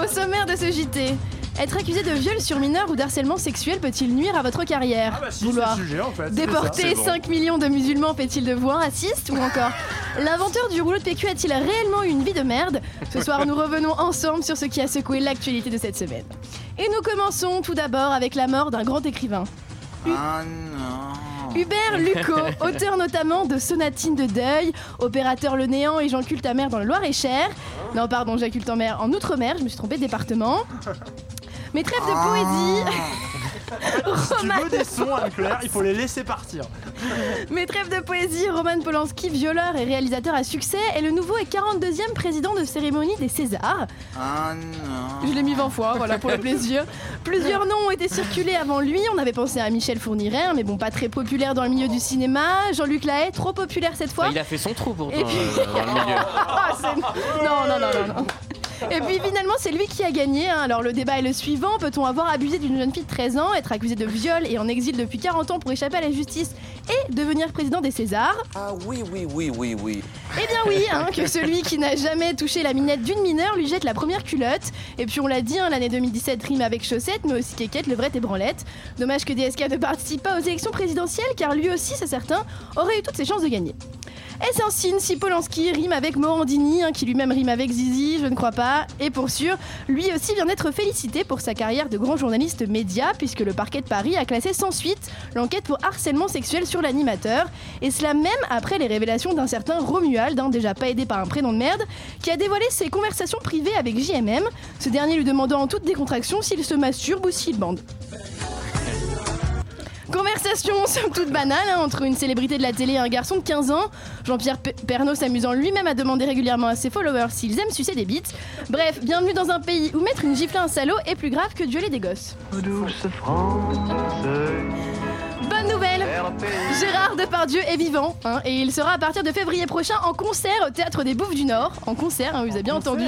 Speaker 12: Au sommaire de ce JT, être accusé de viol sur mineur ou d'harcèlement sexuel peut-il nuire à votre
Speaker 5: Ah,
Speaker 12: carrière
Speaker 5: bah,
Speaker 12: Vouloir
Speaker 11: sujet, en fait, c'est ça.
Speaker 12: déporter
Speaker 11: C'est bon.
Speaker 12: 5 millions de musulmans fait-il devoir raciste Ou encore, l'inventeur du rouleau de PQ a-t-il réellement eu une vie de merde Ce soir, nous revenons ensemble sur ce qui a secoué l'actualité de cette semaine. Et nous commençons tout d'abord avec la mort d'un grand écrivain.
Speaker 3: Ah.
Speaker 12: Hubert Lucot, auteur notamment de Sonatine de deuil, opérateur Le Néant et J'enculte ta mère dans le Loir-et-Cher. Non, pardon, j'inculte en mer en Outre-mer, je me suis trompée de département. Mes trêves de poésie.
Speaker 11: Si tu veux des sons, Anne-Claire, il faut les laisser partir.
Speaker 12: Mais trêve de poésie, Roman Polanski, violeur et réalisateur à succès, est le nouveau et 42e président de cérémonie des Césars.
Speaker 16: Ah non.
Speaker 12: Je l'ai mis 20 fois, voilà, pour le plaisir. Plusieurs noms ont été circulés avant lui. On avait pensé à Michel Fourniret, hein, mais bon, pas très populaire dans le milieu du cinéma. Jean-Luc Lahaye, trop populaire cette fois.
Speaker 1: Ah, Il a fait son trou pourtant
Speaker 12: Et puis-
Speaker 1: euh, dans le milieu.
Speaker 12: Ah, c'est- non, non, non, non, non. Et puis finalement, c'est lui qui a gagné. hein. Alors le débat est le suivant. Peut-on avoir abusé d'une jeune fille de 13 ans, être accusé de viol et en exil depuis 40 ans pour échapper à la justice et devenir président des Césars
Speaker 16: Ah oui, oui, oui, oui, oui.
Speaker 12: Eh bien oui, hein, que celui qui n'a jamais touché la minette d'une mineure lui jette la première culotte. Et puis on l'a dit, hein, l'année 2017 rime avec chaussette, mais aussi quéquette, levrette et branlette. Dommage que DSK ne participe pas aux élections présidentielles, car lui aussi, c'est certain, aurait eu toutes ses chances de gagner. Est-ce un signe si Polanski rime avec Morandini, hein, qui lui-même rime avec Zizi Je ne crois pas. Et pour sûr, lui aussi vient d'être félicité pour sa carrière de grand journaliste média, puisque le parquet de Paris a classé sans suite l'enquête pour harcèlement sexuel sur l'animateur. Et cela même après les révélations d'un certain Romuald, hein, déjà pas aidé par un prénom de merde, qui a dévoilé ses conversations privées avec JMM, ce dernier lui demandant en toute décontraction s'il se masturbe ou s'il bande. Conversation somme toute banale hein, entre une célébrité de la télé et un garçon de 15 ans. Jean-Pierre P- Pernaut s'amusant lui-même à demander régulièrement à ses followers s'ils aiment sucer des bites. Bref, bienvenue dans un pays où mettre une gifle à un salaud est plus grave que de violer des gosses.
Speaker 16: Douce France.
Speaker 12: Bonne nouvelle Gérard Depardieu est vivant hein, et il sera à partir de février prochain en concert au Théâtre des Bouffes du Nord. En concert, hein, vous avez bien entendu.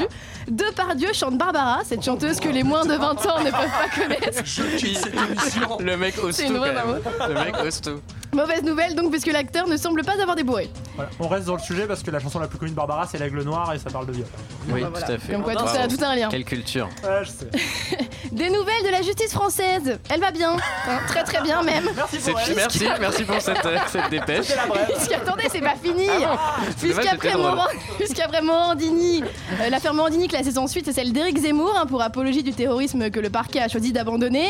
Speaker 12: Depardieu chante Barbara, cette chanteuse que les moins de 20 ans ne peuvent pas connaître.
Speaker 1: Le mec ose
Speaker 12: C'est
Speaker 1: tout,
Speaker 12: une
Speaker 1: quand
Speaker 12: vraie
Speaker 1: même.
Speaker 12: bravo.
Speaker 1: Le mec ose tout.
Speaker 12: Mauvaise nouvelle donc puisque l'acteur ne semble pas avoir débourré.
Speaker 11: Voilà, On reste dans le sujet parce que la chanson la plus connue de Barbara, c'est L'Aigle Noir et ça parle de viol.
Speaker 1: Oui, tout à fait.
Speaker 12: Bah, Comme quoi, tout ça a tout un lien.
Speaker 1: Quelle culture.
Speaker 11: Ouais, je sais.
Speaker 12: Des nouvelles de la justice française. Elle va bien, Hein, très très bien même.
Speaker 1: C'est- merci, merci pour cette, euh, cette dépêche. Ah,
Speaker 12: Puisque- attendez, c'est pas fini.
Speaker 1: Dommage,
Speaker 12: Puisqu'après
Speaker 1: c'était drôle.
Speaker 12: Moran- puisqu'après Morandini, euh, l'affaire Morandini classée sans suite, c'est celle d'Éric Zemmour hein, pour apologie du terrorisme que le parquet a choisi d'abandonner.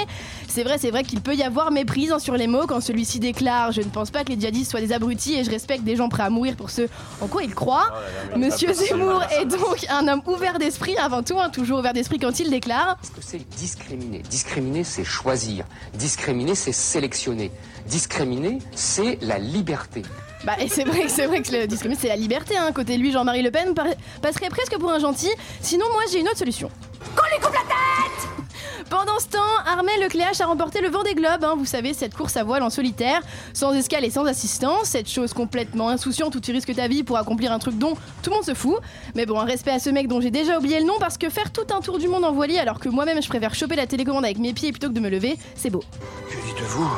Speaker 12: C'est vrai, c'est vrai qu'il peut y avoir méprise hein, sur les mots quand celui-ci déclare Je ne pense pas que les djihadistes soient des abrutis et je respecte des gens prêts à mourir pour ce en quoi ils croient. Monsieur Zemmour est donc un homme ouvert d'esprit avant tout, hein, toujours ouvert d'esprit quand il déclare
Speaker 19: que c'est discriminer. Discriminer, c'est choisir. Discriminer, c'est sélectionner. Discriminer, c'est la liberté.
Speaker 12: Bah, et c'est vrai, que- c'est vrai que le discriminé, c'est la liberté. Hein. Côté lui, Jean-Marie Le Pen par- passerait presque pour un gentil. Sinon, moi, j'ai une autre solution. Qu'on lui coupe la tête Pendant ce temps, Armel Lecléache a remporté le vent des globes. Hein. Vous savez, cette course à voile en solitaire, sans escale et sans assistance. Cette chose complètement insouciante où tu risques ta vie pour accomplir un truc dont tout le monde se fout. Mais bon, un respect à ce mec dont j'ai déjà oublié le nom parce que faire tout un tour du monde en voilier alors que moi-même je préfère choper la télécommande avec mes pieds plutôt que de me lever, c'est beau.
Speaker 20: Que dites-vous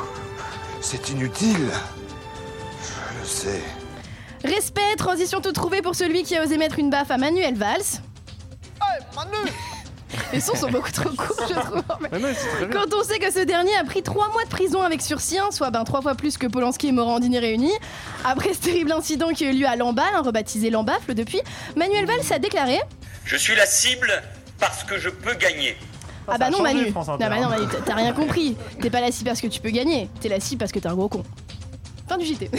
Speaker 20: C'est inutile. Je le sais.
Speaker 12: Respect, transition tout trouvée pour celui qui a osé mettre une baffe à Manuel Valls.
Speaker 5: Eh,
Speaker 12: Les sons sont beaucoup trop courts, je trouve. Quand on sait que ce dernier a pris trois mois de prison avec sursis, hein, soit ben trois fois plus que Polanski et Morandini réunis, après ce terrible incident qui a eu lieu à Lamballe, hein, rebaptisé Lambafle depuis, Manuel Valls a déclaré
Speaker 21: Je suis la cible parce que je peux gagner.
Speaker 12: Ah bah
Speaker 21: a
Speaker 12: non
Speaker 21: changé,
Speaker 12: Manu,
Speaker 21: France
Speaker 12: non,
Speaker 21: Inter,
Speaker 12: bah
Speaker 21: hein.
Speaker 12: non Manu, t'as- t'as rien compris. T'es pas la cible parce que tu peux gagner, t'es la cible parce que t'es un gros con. Fin du JT.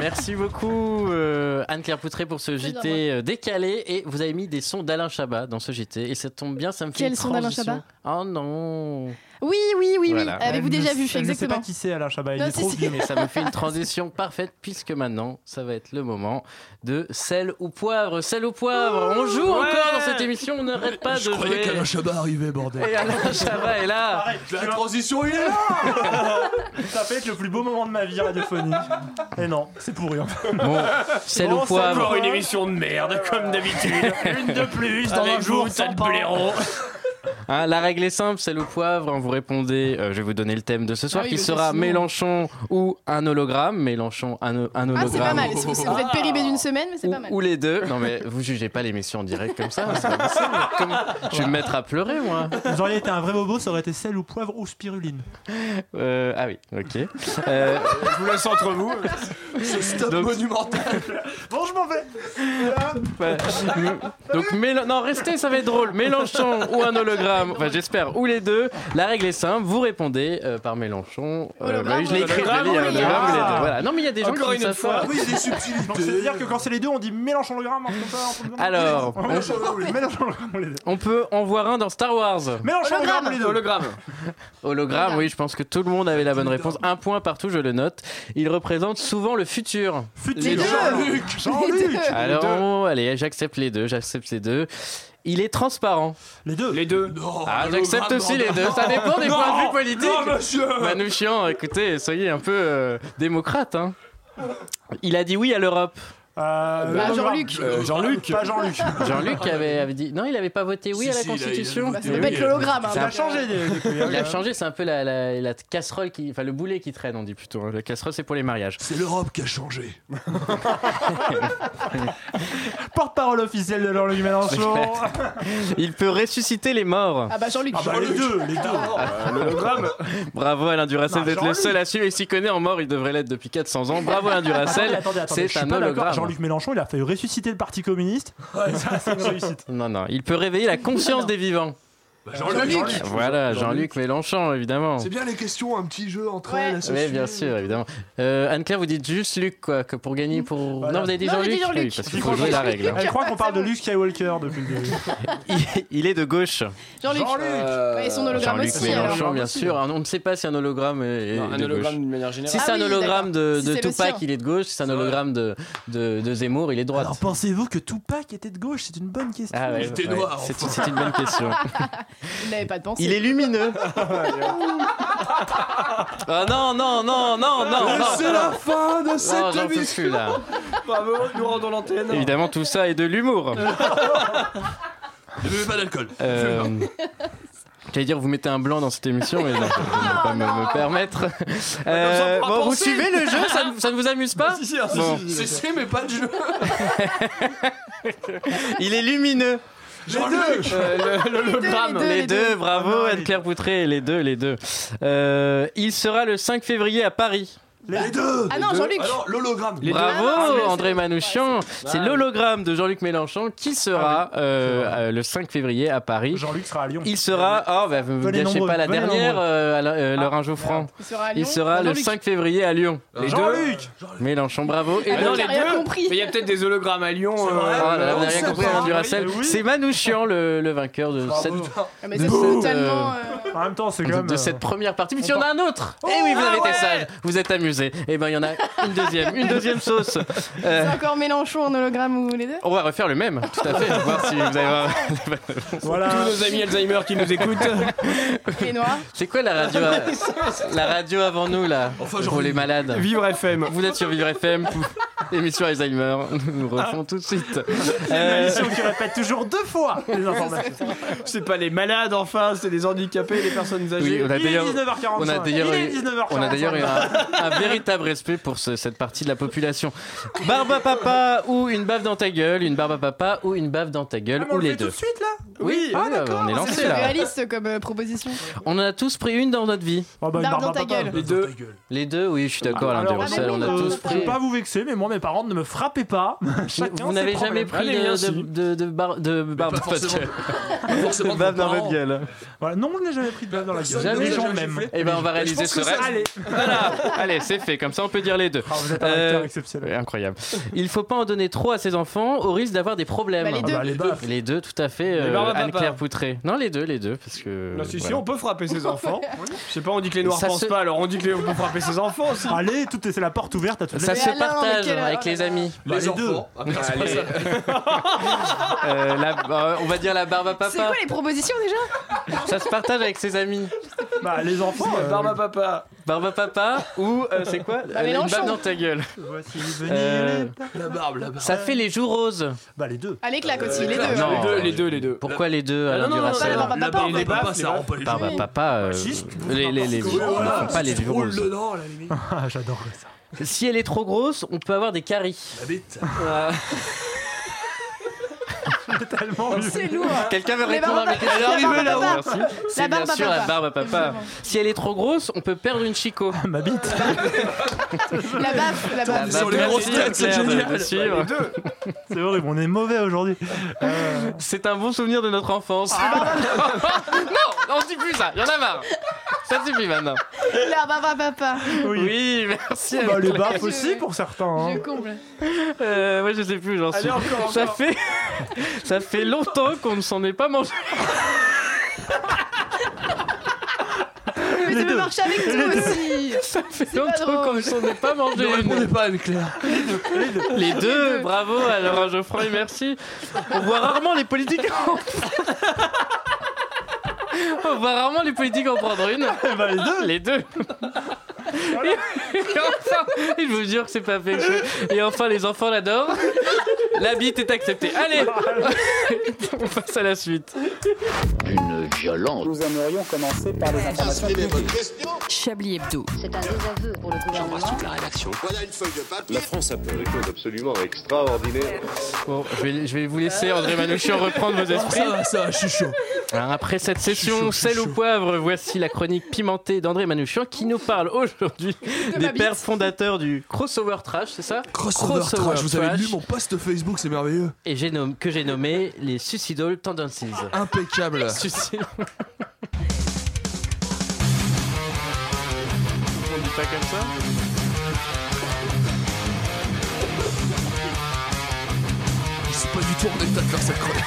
Speaker 1: Merci beaucoup euh, Anne-Claire Poutré pour ce JT euh, décalé et vous avez mis des sons d'Alain Chabat dans ce JT et ça tombe bien, ça me fait
Speaker 12: Quels
Speaker 1: une
Speaker 12: sons d'Alain
Speaker 1: transition.
Speaker 12: Chabat
Speaker 1: Oh non
Speaker 12: Oui, oui, oui,
Speaker 1: Voilà.
Speaker 12: oui. Avez-vous
Speaker 11: Elle
Speaker 12: déjà
Speaker 11: ne-
Speaker 12: vu
Speaker 11: elle ne sait
Speaker 12: exactement
Speaker 11: pas qui c'est Alain Chabat, il
Speaker 12: Non,
Speaker 11: est
Speaker 12: si,
Speaker 11: trop
Speaker 12: si.
Speaker 11: vieux.
Speaker 1: Mais ça me fait une transition parfaite puisque maintenant ça va être le moment de sel ou poivre. Sel ou poivre, on joue
Speaker 2: Ouais.
Speaker 1: encore dans cette émission, on n'arrête pas
Speaker 2: Je
Speaker 1: de
Speaker 2: croyais
Speaker 1: jouer.
Speaker 2: qu'Alain Chabat arrivait, bordel.
Speaker 1: Et Alain Chabat est là.
Speaker 2: La transition, il est là
Speaker 11: Ça peut être le plus beau moment de ma vie radiophonique. Et non, c'est pourri. hein.
Speaker 1: Bon, sel ou
Speaker 11: Bon,
Speaker 1: poivre.
Speaker 11: encore une
Speaker 15: émission de merde, comme d'habitude. Une de plus
Speaker 11: dans un jour sans pain.
Speaker 1: Hein, la règle est simple, c'est le poivre. hein, Vous répondez, euh, je vais vous donner le thème de ce soir
Speaker 12: Ah oui,
Speaker 1: qui
Speaker 12: parce que
Speaker 1: sera
Speaker 12: sinon-
Speaker 1: Mélenchon ou un hologramme. Mélenchon, un, un hologramme.
Speaker 12: Ah c'est pas mal, vous vous êtes périmé d'une semaine mais c'est pas mal.
Speaker 1: Ou les deux. Non mais vous jugez pas l'émission en direct comme ça. c'est pas possible. Comment- Je vais me mettre à pleurer moi.
Speaker 11: Vous auriez été un vrai bobo, ça aurait été sel ou poivre ou spiruline.
Speaker 1: Euh, ah oui, ok. Euh,
Speaker 11: Je vous laisse entre vous.
Speaker 2: Ce stop
Speaker 1: Donc- Ah
Speaker 2: monumental.
Speaker 11: Bon, je m'en vais.
Speaker 1: voilà. donc Mélen- non restez, ça va être drôle. Mélenchon ou un hologramme. apparemment, enfin j'espère, ou les deux. La règle est simple, vous répondez euh, par Mélenchon. Euh, bah oui, je l'ai écrit, je l'ai
Speaker 11: Hologramme,
Speaker 1: mis, euh,
Speaker 11: hologramme.
Speaker 1: hologramme ou les
Speaker 12: Ah.
Speaker 1: deux. Voilà. Non mais il y a des gens
Speaker 11: Encore
Speaker 1: qui
Speaker 11: une
Speaker 1: savent
Speaker 11: fois.
Speaker 1: ça.
Speaker 11: Oui, des subtilités. Donc, ça veut dire que quand c'est les deux, on dit Mélenchon hologramme, un truc comme ça, on peut le dire.
Speaker 1: Alors, on-
Speaker 11: Mélenchon hologramme, Mélenchon hologramme, les deux.
Speaker 1: On peut en voir un dans Star Wars.
Speaker 11: Mélenchon hologramme, les deux.
Speaker 1: Hologramme, oui, je pense que tout le monde avait la bonne réponse. Un point partout, je le note. Il représente souvent le futur. Les deux.
Speaker 11: Jean-Luc Jean-Luc
Speaker 1: Alors, on- allez, j'accepte les deux, j'accepte les deux. Il est transparent.
Speaker 11: Les deux.
Speaker 1: Les deux.
Speaker 11: Oh,
Speaker 1: ah,
Speaker 2: le
Speaker 1: j'accepte
Speaker 2: grand
Speaker 1: aussi les
Speaker 2: bordel.
Speaker 1: deux. Ça dépend des
Speaker 2: Non,
Speaker 1: points de vue politiques.
Speaker 2: non, monsieur.
Speaker 1: Manouchian, écoutez, soyez un peu euh, démocrate. hein. Il a dit oui à l'Europe.
Speaker 11: Euh,
Speaker 1: Bah,
Speaker 11: hologramme.
Speaker 1: Jean-Luc.
Speaker 11: Euh, Jean-Luc. Pas Jean-Luc.
Speaker 1: Jean-Luc avait, avait dit. Non, il n'avait pas voté oui
Speaker 11: Si,
Speaker 1: à la
Speaker 11: si, il a- il a
Speaker 1: Constitution.
Speaker 11: voté Bah, ça oui. peut être l'hologramme, hein,
Speaker 1: C'est
Speaker 11: donc, euh.
Speaker 1: un-
Speaker 11: Il a changé, les-
Speaker 1: Il a changé, c'est un peu la, la- la casserole qui. Enfin, le boulet qui traîne, on dit plutôt. hein. La casserole, c'est pour les mariages.
Speaker 2: C'est l'Europe qui a changé.
Speaker 11: Porte-parole officielle de Jean-Luc Mélenchon.
Speaker 1: Il peut ressusciter les morts.
Speaker 12: Ah bah Jean-Luc.
Speaker 11: Ah bah, les deux, les deux.
Speaker 1: l'hologramme. Bravo Alain Duracel
Speaker 11: Non,
Speaker 1: d'être le
Speaker 11: Jean-Luc.
Speaker 1: seul à suivre. Et s'il connaît en mort, il devrait l'être depuis 400 ans. Bravo Alain
Speaker 11: Attendez,
Speaker 1: Duracel.
Speaker 11: attendez, attendez, je
Speaker 1: C'est
Speaker 11: suis
Speaker 1: un
Speaker 11: pas d'accord.
Speaker 1: hologramme. Ah,
Speaker 11: Jean-Luc Mélenchon, il a failli ressusciter le Parti communiste. Ça, c'est une réussite.
Speaker 1: Non, non, il peut réveiller la conscience des vivants.
Speaker 2: Jean-Luc. Jean-Luc.
Speaker 1: Voilà, Jean-Luc Mélenchon, évidemment.
Speaker 2: C'est bien les questions, un petit jeu entre elles. à se
Speaker 1: Oui, bien
Speaker 2: suivre.
Speaker 1: sûr, évidemment. Euh, Anne-Claire, vous dites juste Luc, quoi, que pour gagner, pour. Non, vous avez dit
Speaker 11: Non, j'ai
Speaker 1: Jean-Luc
Speaker 11: dit Jean-Luc.
Speaker 1: Oui, parce qu'il faut jouer la règle. hein.
Speaker 11: Elle croit qu'on parle de Luke Skywalker depuis le début.
Speaker 1: Il est de gauche.
Speaker 12: Jean-Luc. Ouais, Oh, et son hologramme
Speaker 1: Euh, Jean-Luc
Speaker 12: aussi. alors.
Speaker 1: Mélenchon, bien sûr. Ah On ne sait pas si un hologramme est.
Speaker 6: Non, un
Speaker 1: est de
Speaker 6: hologramme
Speaker 1: gauche.
Speaker 6: d'une manière générale.
Speaker 1: Si c'est
Speaker 6: Ah
Speaker 1: un
Speaker 6: oui,
Speaker 1: hologramme de,
Speaker 6: d'accord.
Speaker 1: de
Speaker 6: Si c'est le
Speaker 1: Tupac,
Speaker 6: sien.
Speaker 1: il est de gauche. Si c'est un hologramme de, de, de Zemmour, il est de droite.
Speaker 11: Alors pensez-vous que Tupac était de gauche C'est une bonne question.
Speaker 1: Ah ouais, ouais, c'est c'est une bonne question.
Speaker 12: Il n'avait pas de pensée.
Speaker 1: Il est lumineux. Ah non, non, non, non, non,
Speaker 2: Et
Speaker 1: non.
Speaker 2: c'est la fin Ah, de cette
Speaker 1: j'en peux
Speaker 2: émission. Bah,
Speaker 1: plus, là.
Speaker 5: Bravo, nous rendons l'antenne.
Speaker 1: Évidemment, tout ça est de l'humour.
Speaker 2: Ne buvez pas d'alcool.
Speaker 1: Euh, J'allais dire, vous mettez un blanc dans cette émission, mais non, je ne peux pas me, me permettre. Euh,
Speaker 2: pourra
Speaker 1: bon, vous
Speaker 2: penser.
Speaker 1: suivez le jeu, ça, ne- ça ne vous amuse pas Bon.
Speaker 2: Si, si, mais pas de jeu.
Speaker 1: Il est lumineux.
Speaker 2: Les deux.
Speaker 1: Euh, le- le- le
Speaker 2: Les deux,
Speaker 1: gramme.
Speaker 2: les deux,
Speaker 1: Les
Speaker 2: les
Speaker 1: deux,
Speaker 2: deux. Ah
Speaker 1: bravo Anne-Claire Poutré, les deux, les deux. Euh, il sera le 5 février à Paris.
Speaker 2: Les deux.
Speaker 12: Ah non,
Speaker 2: Les deux.
Speaker 12: Jean-Luc.
Speaker 2: Ah non, l'hologramme.
Speaker 1: Bravo
Speaker 2: Ah, mais
Speaker 1: André Manouchian, c'est
Speaker 2: Ah,
Speaker 1: l'hologramme de Jean-Luc Mélenchon qui sera euh, euh, le 5 février à Paris.
Speaker 11: Jean-Luc sera à Lyon.
Speaker 1: Il sera, oh bah vous ne
Speaker 11: Venez
Speaker 1: gâchez
Speaker 11: nombreux,
Speaker 1: pas la
Speaker 11: venez
Speaker 1: dernière,
Speaker 11: nombreux.
Speaker 1: euh, à la- euh, Laurent Geoffran.
Speaker 12: Il sera à Lyon.
Speaker 1: Il sera le
Speaker 12: Jean-Luc.
Speaker 1: 5 février à Lyon.
Speaker 5: Les
Speaker 1: Jean-Luc Mélenchon, bravo. Et
Speaker 5: Ah,
Speaker 1: dans
Speaker 5: non,
Speaker 1: les
Speaker 5: les
Speaker 1: deux.
Speaker 5: deux. Mais il y a peut-être des hologrammes à Lyon.
Speaker 1: Oh
Speaker 5: euh,
Speaker 1: là là, vous
Speaker 5: on
Speaker 1: n'avez rien
Speaker 5: sait
Speaker 1: compris,
Speaker 5: pas.
Speaker 1: Alain Duracell. C'est Manouchian le, le vainqueur de cette.
Speaker 12: Ah, mais
Speaker 1: de
Speaker 12: ça, c'est
Speaker 1: cette,
Speaker 12: totalement.
Speaker 1: euh,
Speaker 12: euh,
Speaker 11: En même temps, c'est quand même.
Speaker 1: de cette première partie, puis il y en a un autre.
Speaker 12: Oh,
Speaker 1: eh oui, vous
Speaker 12: ah
Speaker 1: avez
Speaker 12: ouais.
Speaker 1: été sage, vous êtes amusé. Et ben il y en a une deuxième, une deuxième sauce. Euh,
Speaker 12: C'est encore Mélenchon en hologramme ou les deux
Speaker 1: on va refaire le même, tout à fait. voir si vous avez.
Speaker 11: Voilà.
Speaker 5: Tous nos amis Alzheimer qui nous écoutent.
Speaker 12: Les noirs.
Speaker 1: C'est quoi la radio à- La radio avant nous là pour les malades.
Speaker 5: Vivre FM.
Speaker 1: Vous êtes sur Vivre FM. pou- Émission Alzheimer. Nous refons tout de suite. Euh,
Speaker 11: Ah. émission qui répète toujours deux fois les informations.
Speaker 5: C'est pas les malades enfin, c'est les handicapés, les personnes âgées.
Speaker 1: Oui, on a
Speaker 5: Il est
Speaker 1: d'ailleurs,
Speaker 5: 19h45.
Speaker 1: on a d'ailleurs,
Speaker 5: Il est
Speaker 1: eu-
Speaker 5: 19h45.
Speaker 1: on a d'ailleurs eu un, un véritable respect pour ce- cette partie de la population. Barbe à papa ou une baffe dans ta gueule, une barbe à papa ou une baffe dans ta
Speaker 5: Ah,
Speaker 1: gueule
Speaker 12: Ah,
Speaker 1: ou les deux.
Speaker 11: suite là
Speaker 1: Oui, oui, là, on est lancé
Speaker 12: C'est
Speaker 1: là.
Speaker 12: réaliste comme euh, proposition.
Speaker 1: On en a tous pris une dans notre vie.
Speaker 11: Oh,
Speaker 12: Barbe dans ta gueule.
Speaker 5: Les deux.
Speaker 1: Les deux, Ah oui, je suis d'accord, Alain
Speaker 11: Alors,
Speaker 1: Duracell, on a
Speaker 11: euh,
Speaker 1: tous
Speaker 11: Je
Speaker 1: pris.
Speaker 11: vais pas vous vexer, mais moi, mes parents ne me frappaient pas. Chacun
Speaker 1: Vous
Speaker 11: ses
Speaker 1: n'avez
Speaker 11: problèmes.
Speaker 1: jamais pris
Speaker 11: Allez,
Speaker 1: de,
Speaker 11: merci.
Speaker 1: de, de, de bar- de barbe
Speaker 2: pas
Speaker 1: dans votre
Speaker 2: forcément.
Speaker 1: gueule.
Speaker 2: forcément
Speaker 1: De
Speaker 2: de vos
Speaker 1: baffe dans votre
Speaker 2: parents.
Speaker 1: gueule.
Speaker 11: Voilà, non, je n'ai jamais pris de balle dans la gueule.
Speaker 1: Jamais.
Speaker 11: Les gens
Speaker 1: Jamais
Speaker 11: m'aiment.
Speaker 1: fait. Eh ben, on va
Speaker 11: Je
Speaker 1: réaliser
Speaker 11: pense
Speaker 1: ce
Speaker 11: que ça-
Speaker 1: rêve.
Speaker 11: Allez.
Speaker 1: Voilà, allez, c'est fait. Comme ça, on peut dire les deux.
Speaker 11: Ah, vous êtes un acteur exceptionnel.
Speaker 1: oui, Incroyable. Il faut pas en donner trop à ses enfants au risque d'avoir des problèmes.
Speaker 11: Bah, les Ah deux. bah, les baffes.
Speaker 1: Les deux, tout à fait.
Speaker 5: Les
Speaker 1: euh,
Speaker 5: barbes à papa.
Speaker 1: Anne-Claire Poutré. Non, les deux, les deux, parce que.
Speaker 5: Non, si, si,
Speaker 1: voilà.
Speaker 5: on peut frapper ses enfants. Je sais pas, on dit que les noirs
Speaker 1: Ça
Speaker 5: pensent
Speaker 1: se-
Speaker 5: pas, alors on dit que les... on peut frapper ses enfants aussi.
Speaker 11: Allez, tout est- c'est la porte ouverte à tout
Speaker 1: Ça se partage avec les amis.
Speaker 5: Bah,
Speaker 2: Les, enfants.
Speaker 1: Allez. Euh, la- euh, on va dire la barbe à
Speaker 12: C'est quoi
Speaker 1: papa.
Speaker 12: les propositions déjà
Speaker 1: Ça se partage avec ses amis.
Speaker 11: Bah, les enfants. euh,
Speaker 5: Barbe à papa.
Speaker 1: Barbe à papa ou euh, c'est quoi
Speaker 12: Bah,
Speaker 1: Euh, Une
Speaker 12: Mélenchon.
Speaker 1: barbe dans ta gueule.
Speaker 11: Voici venir
Speaker 1: Euh,
Speaker 2: La barbe, la barbe.
Speaker 1: Ça fait les joues roses.
Speaker 11: Bah, les deux.
Speaker 12: Ah, les claques aussi, les deux.
Speaker 1: Non.
Speaker 5: Les deux, les deux, les deux.
Speaker 1: Pourquoi les deux Alain
Speaker 5: non, non, non,
Speaker 1: Duracell
Speaker 12: pas la barbe à
Speaker 5: La
Speaker 12: papa,
Speaker 5: barbe à
Speaker 12: on peut
Speaker 5: papa,
Speaker 2: pas,
Speaker 5: c'est
Speaker 2: ça rend pas les
Speaker 1: Barbe à
Speaker 12: Oui.
Speaker 1: papa. euh, les les, les,
Speaker 2: Ouais, voilà,
Speaker 1: ne font pas les
Speaker 2: tu
Speaker 1: joues
Speaker 2: roules
Speaker 1: roses.
Speaker 2: dedans, là, les mecs.
Speaker 11: Ah, j'adore ça.
Speaker 1: Si elle est Euh. trop grosse, on peut avoir des caries.
Speaker 2: La bête.
Speaker 1: Euh,
Speaker 11: totalement
Speaker 12: C'est lourd.
Speaker 1: Quelqu'un veut
Speaker 12: Les
Speaker 1: répondre à
Speaker 12: barbes à
Speaker 1: mes
Speaker 12: papa.
Speaker 1: questions
Speaker 12: Elle est arrivée
Speaker 1: La hein. barbe à
Speaker 12: là-haut.
Speaker 1: papa.
Speaker 12: Merci. La
Speaker 1: C'est
Speaker 12: barbe
Speaker 1: bien
Speaker 12: à
Speaker 1: sûr
Speaker 12: papa.
Speaker 1: la barbe à papa.
Speaker 12: Évidemment.
Speaker 1: Si elle est trop grosse, on peut perdre une chico.
Speaker 11: Ma bite.
Speaker 12: La baffe, la baffe.
Speaker 1: Sur les grosses têtes, c'est génial.
Speaker 11: Bah, C'est horrible, on est mauvais aujourd'hui.
Speaker 1: C'est un bon souvenir de notre enfance.
Speaker 12: Ah.
Speaker 1: non, on dit plus ça, y'en a marre. Ça suffit maintenant.
Speaker 12: La barbe à papa.
Speaker 1: Oui, merci.
Speaker 11: Bah, les
Speaker 1: Anne-Claire.
Speaker 11: baffes aussi pour certains. hein.
Speaker 12: Je comble.
Speaker 1: Euh, ouais, je sais plus, où j'en suis.
Speaker 12: Allez, encore,
Speaker 1: ça
Speaker 12: encore.
Speaker 1: fait, ça fait longtemps qu'on ne s'en est pas mangé.
Speaker 12: Mais ça
Speaker 1: deux.
Speaker 12: peut marcher avec
Speaker 1: Les
Speaker 12: tout
Speaker 1: deux.
Speaker 12: aussi.
Speaker 1: Ça fait
Speaker 12: drôle.
Speaker 1: longtemps qu'on ne s'en est pas mangé.
Speaker 2: Ne répondez
Speaker 1: pas, Anne-Claire. Les deux, bravo, alors hein, Geoffroy, merci. On voit rarement les politiques en... On voit rarement les politiques en prendre une.
Speaker 11: Eh ben, les deux.
Speaker 1: Les deux. Et, et enfin, et je vous jure que c'est pas fait. exprès. Et enfin, les enfants l'adorent. La bite est acceptée. Allez, on passe à la suite.
Speaker 8: Une violence. Nous aimerions commencer par les informations publiques.
Speaker 10: Chablis Hebdo. C'est un désaveu pour le gouvernement.
Speaker 7: toute la rédaction. La France a fait des choses absolument extraordinaires.
Speaker 1: Bon, je vais, je vais vous laisser, André Manouchian, reprendre vos esprits.
Speaker 2: Ça va, ça va, je suis chaud.
Speaker 1: Alors, après cette session sel ou poivre, voici la chronique pimentée d'André Manouchian qui nous parle aujourd'hui des pères fondateurs du crossover trash, c'est ça
Speaker 2: Crossover, trash, vous avez
Speaker 1: trash,
Speaker 2: lu mon post Facebook, c'est merveilleux.
Speaker 1: et j'ai nommé- que j'ai nommé les suicidal tendencies.
Speaker 2: Impeccable.
Speaker 1: Suicide-
Speaker 15: On dit pas comme ça
Speaker 2: Je suis pas du tout en état de faire cette chronique.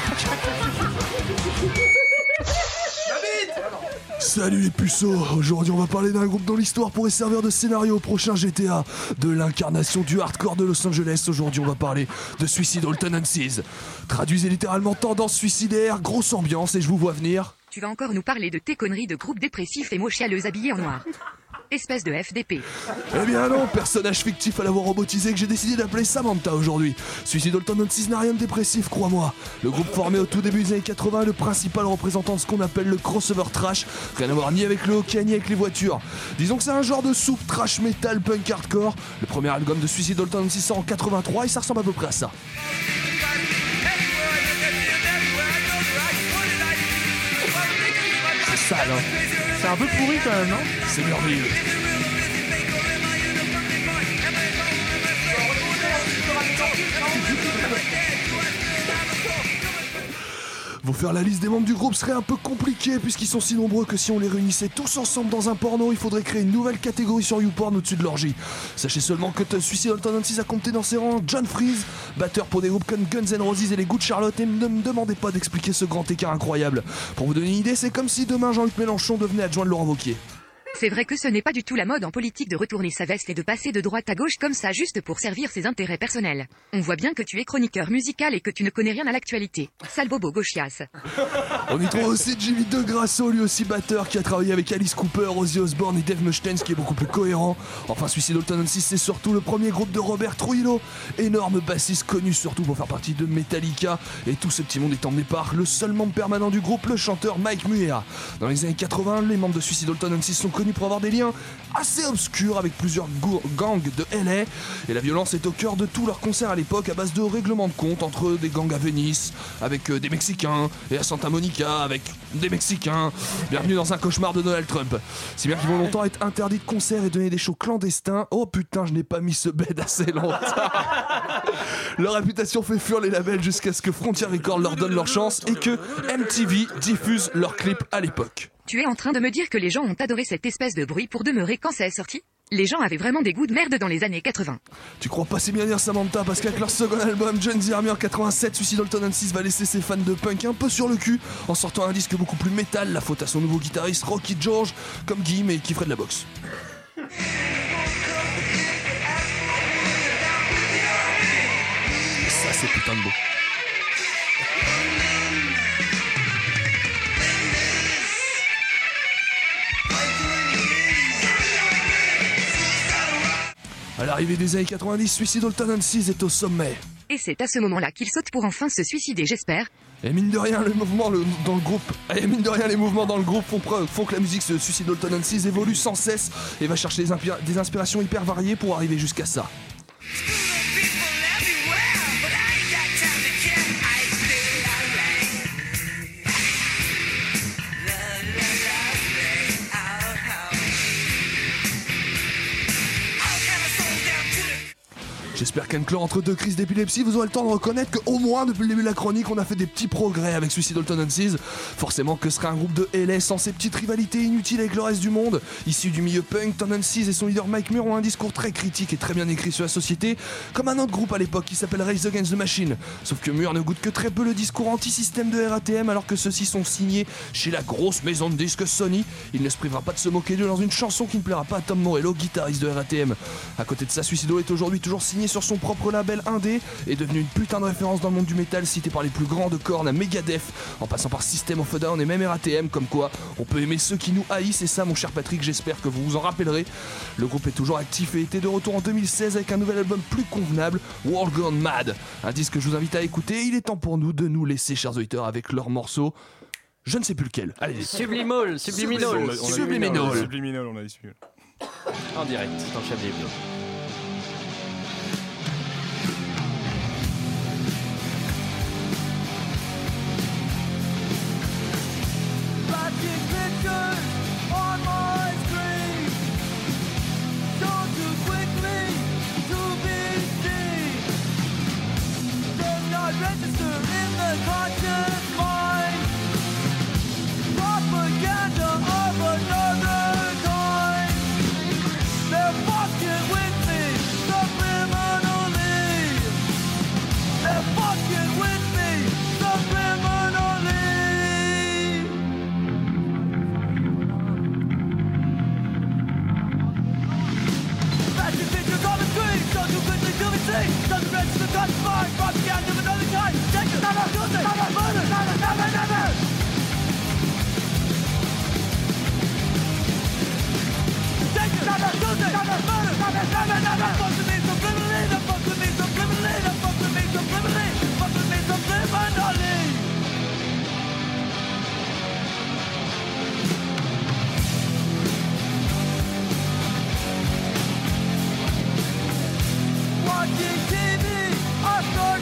Speaker 2: Salut les puceaux, aujourd'hui on va parler d'un groupe dont l'histoire pourrait servir de scénario au prochain GTA, de l'incarnation du hardcore de Los Angeles, aujourd'hui on va parler de Suicidal Tendencies. Traduisez littéralement tendance suicidaire, grosse ambiance et je vous vois venir.
Speaker 6: Tu vas encore nous parler de tes conneries de groupe dépressif et mochialeuse habillée en noir. Espèce de FDP.
Speaker 2: Eh bien non, personnage fictif à l'avoir robotisé que j'ai décidé d'appeler Samantha aujourd'hui. Suicidal Tendencies n'a rien de dépressif, crois-moi. Le groupe formé au tout début des années 80 est le principal représentant de ce qu'on appelle le crossover trash. Rien à voir ni avec le hockey ni avec les voitures. Disons que c'est un genre de soupe trash metal punk hardcore. Le premier album de Suicidal Tendencies sort en 83 et ça ressemble à peu près à ça.
Speaker 11: C'est sale. hein. C'est un peu pourri quand même, non
Speaker 2: C'est merveilleux. Vous faire la liste des membres du groupe serait un peu compliqué puisqu'ils sont si nombreux que si on les réunissait tous ensemble dans un porno, il faudrait créer une nouvelle catégorie sur YouPorn au-dessus de l'orgie. Sachez seulement que T- Suicidal Tendencies a compté dans ses rangs John Freeze, batteur pour des groupes comme Guns N' Roses et les Goûts de Charlotte, et ne me demandez pas d'expliquer ce grand écart incroyable. Pour vous donner une idée, c'est comme si demain Jean-Luc Mélenchon devenait adjoint de Laurent Wauquiez.
Speaker 6: C'est vrai que ce n'est pas du tout la mode en politique de retourner sa veste et de passer de droite à gauche comme ça juste pour servir ses intérêts personnels. On voit bien que tu es chroniqueur musical et que tu ne connais rien à l'actualité. Sale bobo gauchias.
Speaker 2: On y trouve aussi Jimmy DeGrasso, lui aussi batteur, qui a travaillé avec Alice Cooper, Ozzy Osbourne et Dave Mustaine, ce qui est beaucoup plus cohérent. Enfin, Suicidal Tendencies, c'est surtout le premier groupe de Robert Trujillo, énorme bassiste connu surtout pour faire partie de Metallica, et tout ce petit monde est emmené par le seul membre permanent du groupe, le chanteur Mike Muea. Dans les années 80, les membres de Suicidal Tendencies sont connus pour avoir des liens assez obscurs avec plusieurs gour- gangs de LA, et la violence est au cœur de tous leurs concerts à l'époque à base de règlements de compte entre des gangs à Venise, avec euh, des Mexicains, et à Santa Monica, avec des Mexicains. Bienvenue dans un cauchemar de Donald Trump. Si bien qu'ils vont longtemps être interdits de concerts et donner des shows clandestins, oh putain, je n'ai pas mis ce bed assez longtemps. Leur réputation fait fuir les labels jusqu'à ce que Frontier Records leur donne leur chance et que MTV diffuse leurs clips à l'époque.
Speaker 6: Tu es en train de me dire que les gens ont adoré cette espèce de bruit pour demeurer quand ça est sorti Les gens avaient vraiment des goûts de merde dans les années 80.
Speaker 2: Tu crois pas si bien dire Samantha parce qu'avec leur second album John the Army en 87, Suicidal Tendencies va laisser ses fans de punk un peu sur le cul en sortant un disque beaucoup plus métal, la faute à son nouveau guitariste Rocky George, comme Guy et qui ferait de la boxe. Ça c'est putain de beau. À l'arrivée des années 90, Suicidal Tendencies est au sommet.
Speaker 6: Et c'est à ce moment-là qu'ils sautent pour enfin se suicider, j'espère.
Speaker 2: Et mine de rien, le mouvement le- dans le groupe, et mine de rien, les mouvements dans le groupe font, preuve- font que la musique de Suicidal Tendencies évolue sans cesse et va chercher des, impi- des inspirations hyper variées pour arriver jusqu'à ça. J'espère qu'un clan entre deux crises d'épilepsie, vous aurez le temps de reconnaître que au moins depuis le début de la chronique, on a fait des petits progrès avec Suicidal Tendencies. Forcément, que serait un groupe de LS sans ces petites rivalités inutiles avec le reste du monde Issus du milieu punk, Tendencies et son leader Mike Muir ont un discours très critique et très bien écrit sur la société, comme un autre groupe à l'époque qui s'appelle Raise Against the Machine. Sauf que Muir ne goûte que très peu le discours anti-système de RATM alors que ceux-ci sont signés chez la grosse maison de disques Sony. Il ne se privera pas de se moquer d'eux dans une chanson qui ne plaira pas à Tom Morello, guitariste de RATM. À côté de ça, Suicido est aujourd'hui toujours signé sur son propre label indé et devenu une putain de référence dans le monde du métal cité par les plus grands de cornes à Megadeth, en passant par System of a Down et même RATM, comme quoi on peut aimer ceux qui nous haïssent et ça, mon cher Patrick, j'espère que vous vous en rappellerez. Le groupe est toujours actif et était de retour en 2016 avec un nouvel album plus convenable, World Gone Mad. Un disque que je vous invite à écouter. Il est temps pour nous de nous laisser, chers auditeurs, avec leur morceau. Je ne sais plus lequel. Allez,
Speaker 1: Subliminal, subliminal,
Speaker 2: Subliminal.
Speaker 5: Subliminal, on a essuie.
Speaker 1: En direct, dans le Chablis Hebdo.
Speaker 3: Magic pictures on my screen. Gone too quickly to be seen. Does not register in the conscious mind. Propaganda of another kind. They're fucking with me subliminally. They're fucking with me subliminally. Fashion pictures on the screen, so too quickly to be seen. Doesn't register, doesn't mind, propaganda of another kind. Danger, never, guilty, never, murder, never, never, never. Danger, never, guilty, never, murder, never, never, never. Fuck with me subliminally, the fuck with me subliminally, the fuck with me subliminally, fuck with me subliminally. Watching TV, I start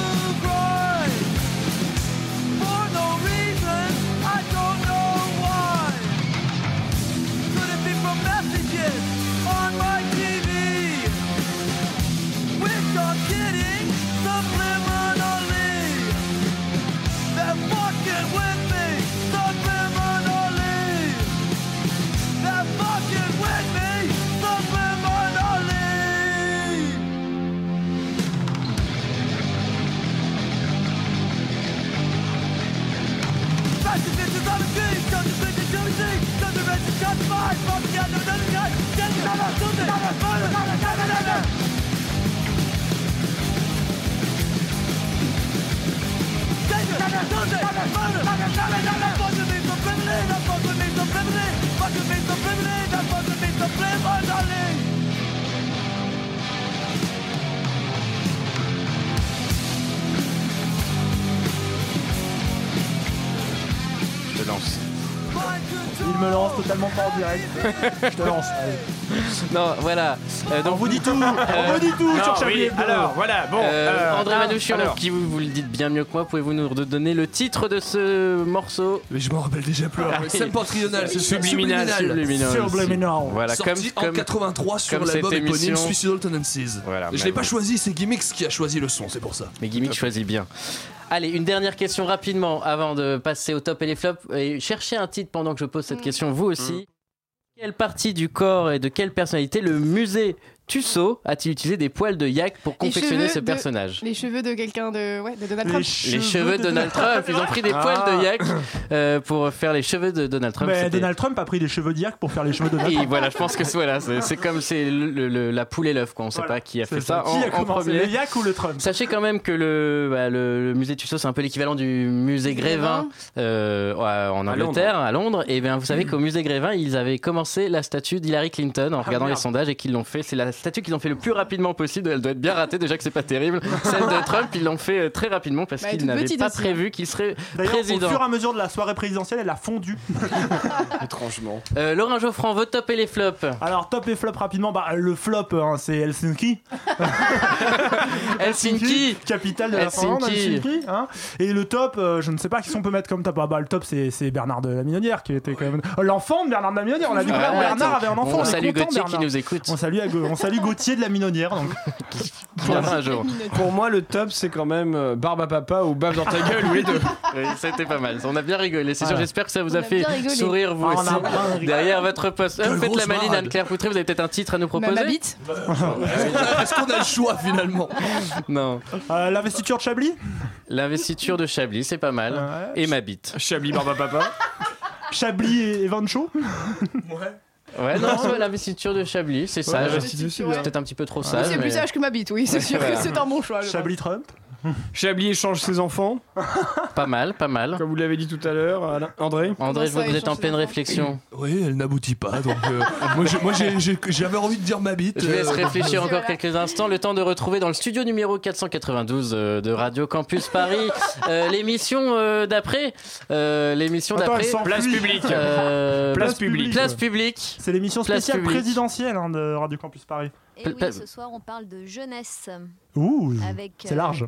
Speaker 3: cry. For no reason, I don't know why. Could it be from messages on my TV? Which I'm getting subliminally. They're fucking with me subliminally. They're fucking with me subliminally. Fashion bitches on the street, doesn't fit the jersey, doesn't rent the cut five, fucking out of another gun, get it, never, something, never, further, never, never, never. Danger, never, something, never, further, never, never, never. Fuck with me subliminally, that fuck with me subliminally, fuck with me subliminally, that fuck with me subliminally.
Speaker 5: Je te lance.
Speaker 11: Il me lance totalement pas en direct. Je te lance. Allez.
Speaker 1: Non, voilà. Euh, donc,
Speaker 11: vous dit tout, on vous dit tout sur Chablis Hebdo.
Speaker 1: Euh,
Speaker 11: euh,
Speaker 1: André
Speaker 11: alors,
Speaker 1: Manouchian,
Speaker 11: alors.
Speaker 1: qui vous, vous le dites bien mieux que moi, pouvez-vous nous redonner le titre de ce morceau
Speaker 2: Mais je m'en rappelle déjà plus.
Speaker 1: Ah,
Speaker 2: alors. C'est
Speaker 1: oui.
Speaker 2: Septentrional, c'est
Speaker 1: subliminal.
Speaker 2: Subliminal.
Speaker 1: Subliminal. Voilà,
Speaker 2: Sorti
Speaker 1: comme-
Speaker 2: en
Speaker 1: comme-
Speaker 2: 83 sur
Speaker 1: comme
Speaker 2: l'album
Speaker 1: cette
Speaker 2: éponyme
Speaker 1: émission.
Speaker 2: Suicidal Tendencies.
Speaker 1: Voilà,
Speaker 2: je l'ai
Speaker 1: même.
Speaker 2: pas choisi, c'est Gimmicks qui a choisi le son, c'est pour ça.
Speaker 1: Mais Gimmick choisit bien. Allez, une dernière question rapidement avant de passer au top et les flops. Et cherchez un titre pendant que je pose cette
Speaker 2: Mm.
Speaker 1: question, vous aussi. Quelle partie du corps et de quelle personnalité le musée Tussaud a-t-il utilisé des poils de yak pour
Speaker 12: Les
Speaker 1: confectionner
Speaker 12: cheveux
Speaker 1: ce
Speaker 12: de-
Speaker 1: personnage
Speaker 12: Les cheveux de quelqu'un de, ouais, de Donald
Speaker 1: les
Speaker 12: Trump.
Speaker 1: cheveux, de Donald Trump, ils ont pris des poils de yak euh, pour faire les cheveux de Donald Trump.
Speaker 11: Mais
Speaker 1: c'était-
Speaker 11: Donald Trump a pris des cheveux d'Irak pour faire les cheveux de Donald
Speaker 1: Et
Speaker 11: Trump.
Speaker 1: voilà, je pense que c'est voilà, c'est- c'est comme c'est le- le- la poule et l'œuf, quoi. On sait pas qui a fait
Speaker 11: C'est
Speaker 1: ça,
Speaker 11: ça.
Speaker 1: en,
Speaker 11: Qui a
Speaker 1: en
Speaker 11: commencé,
Speaker 1: premier.
Speaker 11: le yak ou le Trump
Speaker 1: Sachez quand même que le, bah, le, le musée Tussaud, c'est un peu l'équivalent du musée Grévin euh, ouais, en
Speaker 22: À
Speaker 1: Angleterre, à Londres. Et bien, vous savez qu'au musée Grévin, ils avaient commencé la statue d'Hillary Clinton
Speaker 11: Ah,
Speaker 1: en regardant les
Speaker 22: merde.
Speaker 1: sondages et qu'ils l'ont fait. C'est la statue qu'ils ont fait le plus rapidement possible. Elle doit être bien ratée déjà que c'est pas terrible. Celle de Trump, ils l'ont fait euh, très rapidement parce
Speaker 11: Bah,
Speaker 1: qu'ils
Speaker 11: toute
Speaker 1: n'avaient
Speaker 11: petite
Speaker 1: pas
Speaker 11: aussi, hein.
Speaker 1: prévu qu'il serait
Speaker 11: D'ailleurs,
Speaker 1: président.
Speaker 11: au fur et à mesure de la soirée présidentielle, elle a fondu.
Speaker 22: Étrangement.
Speaker 1: Euh, Laurent Geoffran, vos top et les flops.
Speaker 11: Alors, top et flop rapidement. Bah, le flop, hein, c'est Helsinki.
Speaker 1: Helsinki
Speaker 11: Capitale de la Finlande,
Speaker 1: Helsinki.
Speaker 11: Helsinki. hein. Et le top, euh, je ne sais pas qui on peut mettre comme top. Ah, bah, le top, c'est c'est Bernard de la Mignonnière qui était quand même. Euh, L'enfant de Bernard de la Mignonnière. On a vu que
Speaker 1: Ah ouais,
Speaker 11: Bernard
Speaker 1: attends.
Speaker 11: avait un enfant.
Speaker 1: On
Speaker 11: est
Speaker 1: salue
Speaker 11: content,
Speaker 1: Gauthier qui
Speaker 11: Bernard.
Speaker 1: nous écoute.
Speaker 11: On salue, Ag- on salue Salut Gauthier de la Minonnière. donc.
Speaker 1: viendra un jour.
Speaker 5: Pour moi, le top, c'est quand même euh, Barbe à papa ou Bave dans ta gueule ou les deux.
Speaker 1: Oui, C'était pas mal. On a bien rigolé. C'est sûr,
Speaker 5: Voilà.
Speaker 1: j'espère que ça vous
Speaker 5: On
Speaker 1: a,
Speaker 5: a
Speaker 1: fait
Speaker 5: bien rigolé.
Speaker 1: sourire vous
Speaker 5: Ah, on a
Speaker 1: aussi.
Speaker 5: bien rigolé.
Speaker 1: Derrière votre poste. Euh,
Speaker 5: Quelle
Speaker 1: faites la
Speaker 5: grosse
Speaker 1: maline
Speaker 5: marade.
Speaker 1: Anne-Claire Poutré, vous avez peut-être un titre à nous proposer
Speaker 12: Ma bite
Speaker 2: Est-ce qu'on a le choix finalement
Speaker 1: Non.
Speaker 11: L'investiture de Chablis
Speaker 1: L'investiture de Chablis, c'est pas mal. Et ma bite.
Speaker 5: Chablis Barba Papa.
Speaker 11: Chablis et Vancho
Speaker 1: Ouais, non, c'est vrai, l'investiture de Chablis, c'est
Speaker 11: Ouais,
Speaker 1: sage.
Speaker 11: l'investiture,
Speaker 1: C'est
Speaker 12: ouais.
Speaker 1: peut-être un petit peu trop
Speaker 12: Oui,
Speaker 1: sage.
Speaker 12: C'est
Speaker 1: mais-
Speaker 12: plus sage que ma bite, oui, c'est sûr que
Speaker 1: Voilà.
Speaker 12: c'est un bon choix. je pense.
Speaker 11: Trump
Speaker 5: Chablis échange ses enfants.
Speaker 1: Pas mal, pas mal.
Speaker 5: Comme vous l'avez dit tout à l'heure, Alain- André.
Speaker 1: André, je vois que vous êtes en pleine réflexion.
Speaker 2: Oui, elle n'aboutit pas. Donc, euh, moi, j'ai- moi, j'ai- j'ai- j'avais envie de dire ma bite.
Speaker 1: Je vous laisse
Speaker 2: euh,
Speaker 1: réfléchir encore quelques instants, le temps de retrouver dans le studio numéro 492 euh, de Radio Campus Paris euh, l'émission euh, d'après. Euh, l'émission
Speaker 11: Attends,
Speaker 1: d'après.
Speaker 11: elle s'enfuit.
Speaker 1: Place publique. Euh, place publique. Place publique.
Speaker 11: C'est l'émission
Speaker 1: Place
Speaker 11: spéciale
Speaker 1: publique.
Speaker 11: présidentielle hein, de Radio Campus Paris.
Speaker 4: Et oui, ce soir, on parle de jeunesse.
Speaker 11: Ouh,
Speaker 4: Avec,
Speaker 11: c'est
Speaker 4: euh,
Speaker 11: large.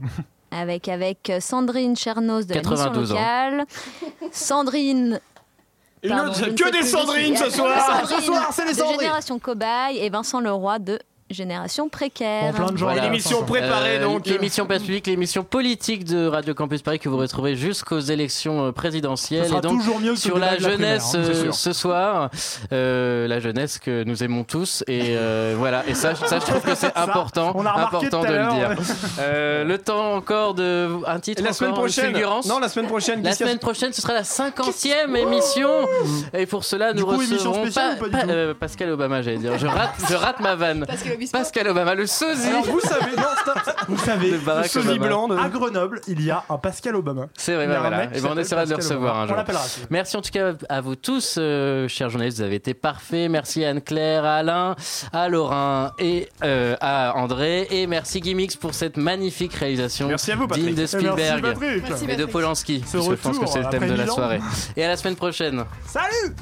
Speaker 4: Avec, avec euh, Sandrine Chernos de la mission
Speaker 11: 92 ans.
Speaker 4: locale. Sandrine.
Speaker 5: Une
Speaker 4: Pardon,
Speaker 5: autre-
Speaker 4: je ne
Speaker 5: que
Speaker 4: sais
Speaker 5: des
Speaker 4: plus,
Speaker 5: Sandrines,
Speaker 4: je
Speaker 5: ce
Speaker 4: suis-
Speaker 5: soir.
Speaker 4: Sandrine
Speaker 5: Ce soir, c'est les
Speaker 4: de
Speaker 5: Sandrines.
Speaker 4: Génération Cobaye et Vincent Leroy de Génération Précaire.
Speaker 1: Voilà. Euh,
Speaker 5: L'émission préparée, donc.
Speaker 1: L'émission place publique, l'émission politique de Radio Campus Paris que vous retrouverez jusqu'aux élections euh, présidentielles.
Speaker 11: Ce sera
Speaker 1: et donc,
Speaker 11: toujours mieux que
Speaker 1: sur
Speaker 11: le
Speaker 1: la
Speaker 11: débat de la primaire,
Speaker 1: jeunesse
Speaker 11: hein, c'est
Speaker 1: euh,
Speaker 11: sûr.
Speaker 1: ce soir, euh, la jeunesse que nous aimons tous. Et euh, voilà, et ça, ça, je trouve que c'est
Speaker 5: Ça,
Speaker 1: important,
Speaker 5: on a remarqué
Speaker 1: important
Speaker 5: tout à
Speaker 1: de le
Speaker 5: l'heure,
Speaker 1: dire.
Speaker 5: ouais.
Speaker 1: Euh, le temps encore de un titre.
Speaker 5: La
Speaker 1: encore,
Speaker 5: semaine
Speaker 1: une
Speaker 5: prochaine.
Speaker 1: fulgurance.
Speaker 5: Non, la semaine prochaine.
Speaker 1: La
Speaker 5: qu'est-ce qu'il y a-
Speaker 1: semaine prochaine, ce sera la 50e émission. Et pour cela,
Speaker 5: Du
Speaker 1: nous
Speaker 5: coup, émission
Speaker 1: recevrons
Speaker 5: spéciale ou pas du tout
Speaker 1: euh, Pascal Obama, j'allais dire. Je rate, je rate ma vanne.
Speaker 12: Pascal,
Speaker 1: Obama, le sosie.
Speaker 11: Alors, vous savez, non, stop, vous savez,
Speaker 1: De Barack
Speaker 11: le sosie
Speaker 1: Obama.
Speaker 11: blanc de- à Grenoble, il y a un Pascal Obama.
Speaker 1: C'est vrai,
Speaker 11: Il y a
Speaker 1: bah
Speaker 11: un
Speaker 1: voilà.
Speaker 11: mec qui
Speaker 1: Et ben on
Speaker 11: s'appelle
Speaker 1: essaiera de le
Speaker 11: Pascal
Speaker 1: recevoir
Speaker 11: Obama.
Speaker 1: un jour.
Speaker 11: On l'appellera.
Speaker 1: Merci en tout cas à vous tous, euh, chers journalistes, vous avez été parfaits. Merci à Anne-Claire, à Alain, à Laurin et euh, à André. Et merci Gimmix pour cette magnifique réalisation.
Speaker 11: Merci à vous, Patrick.
Speaker 1: Digne de
Speaker 11: Merci,
Speaker 1: Spielberg
Speaker 11: Patrick. Merci,
Speaker 1: et de
Speaker 11: Patrick.
Speaker 1: Polanski.
Speaker 11: Ce
Speaker 1: puisque je pense
Speaker 11: retour
Speaker 1: que c'est le
Speaker 11: après
Speaker 1: thème de la
Speaker 11: mille ans.
Speaker 1: soirée. Et à la semaine prochaine.
Speaker 11: Salut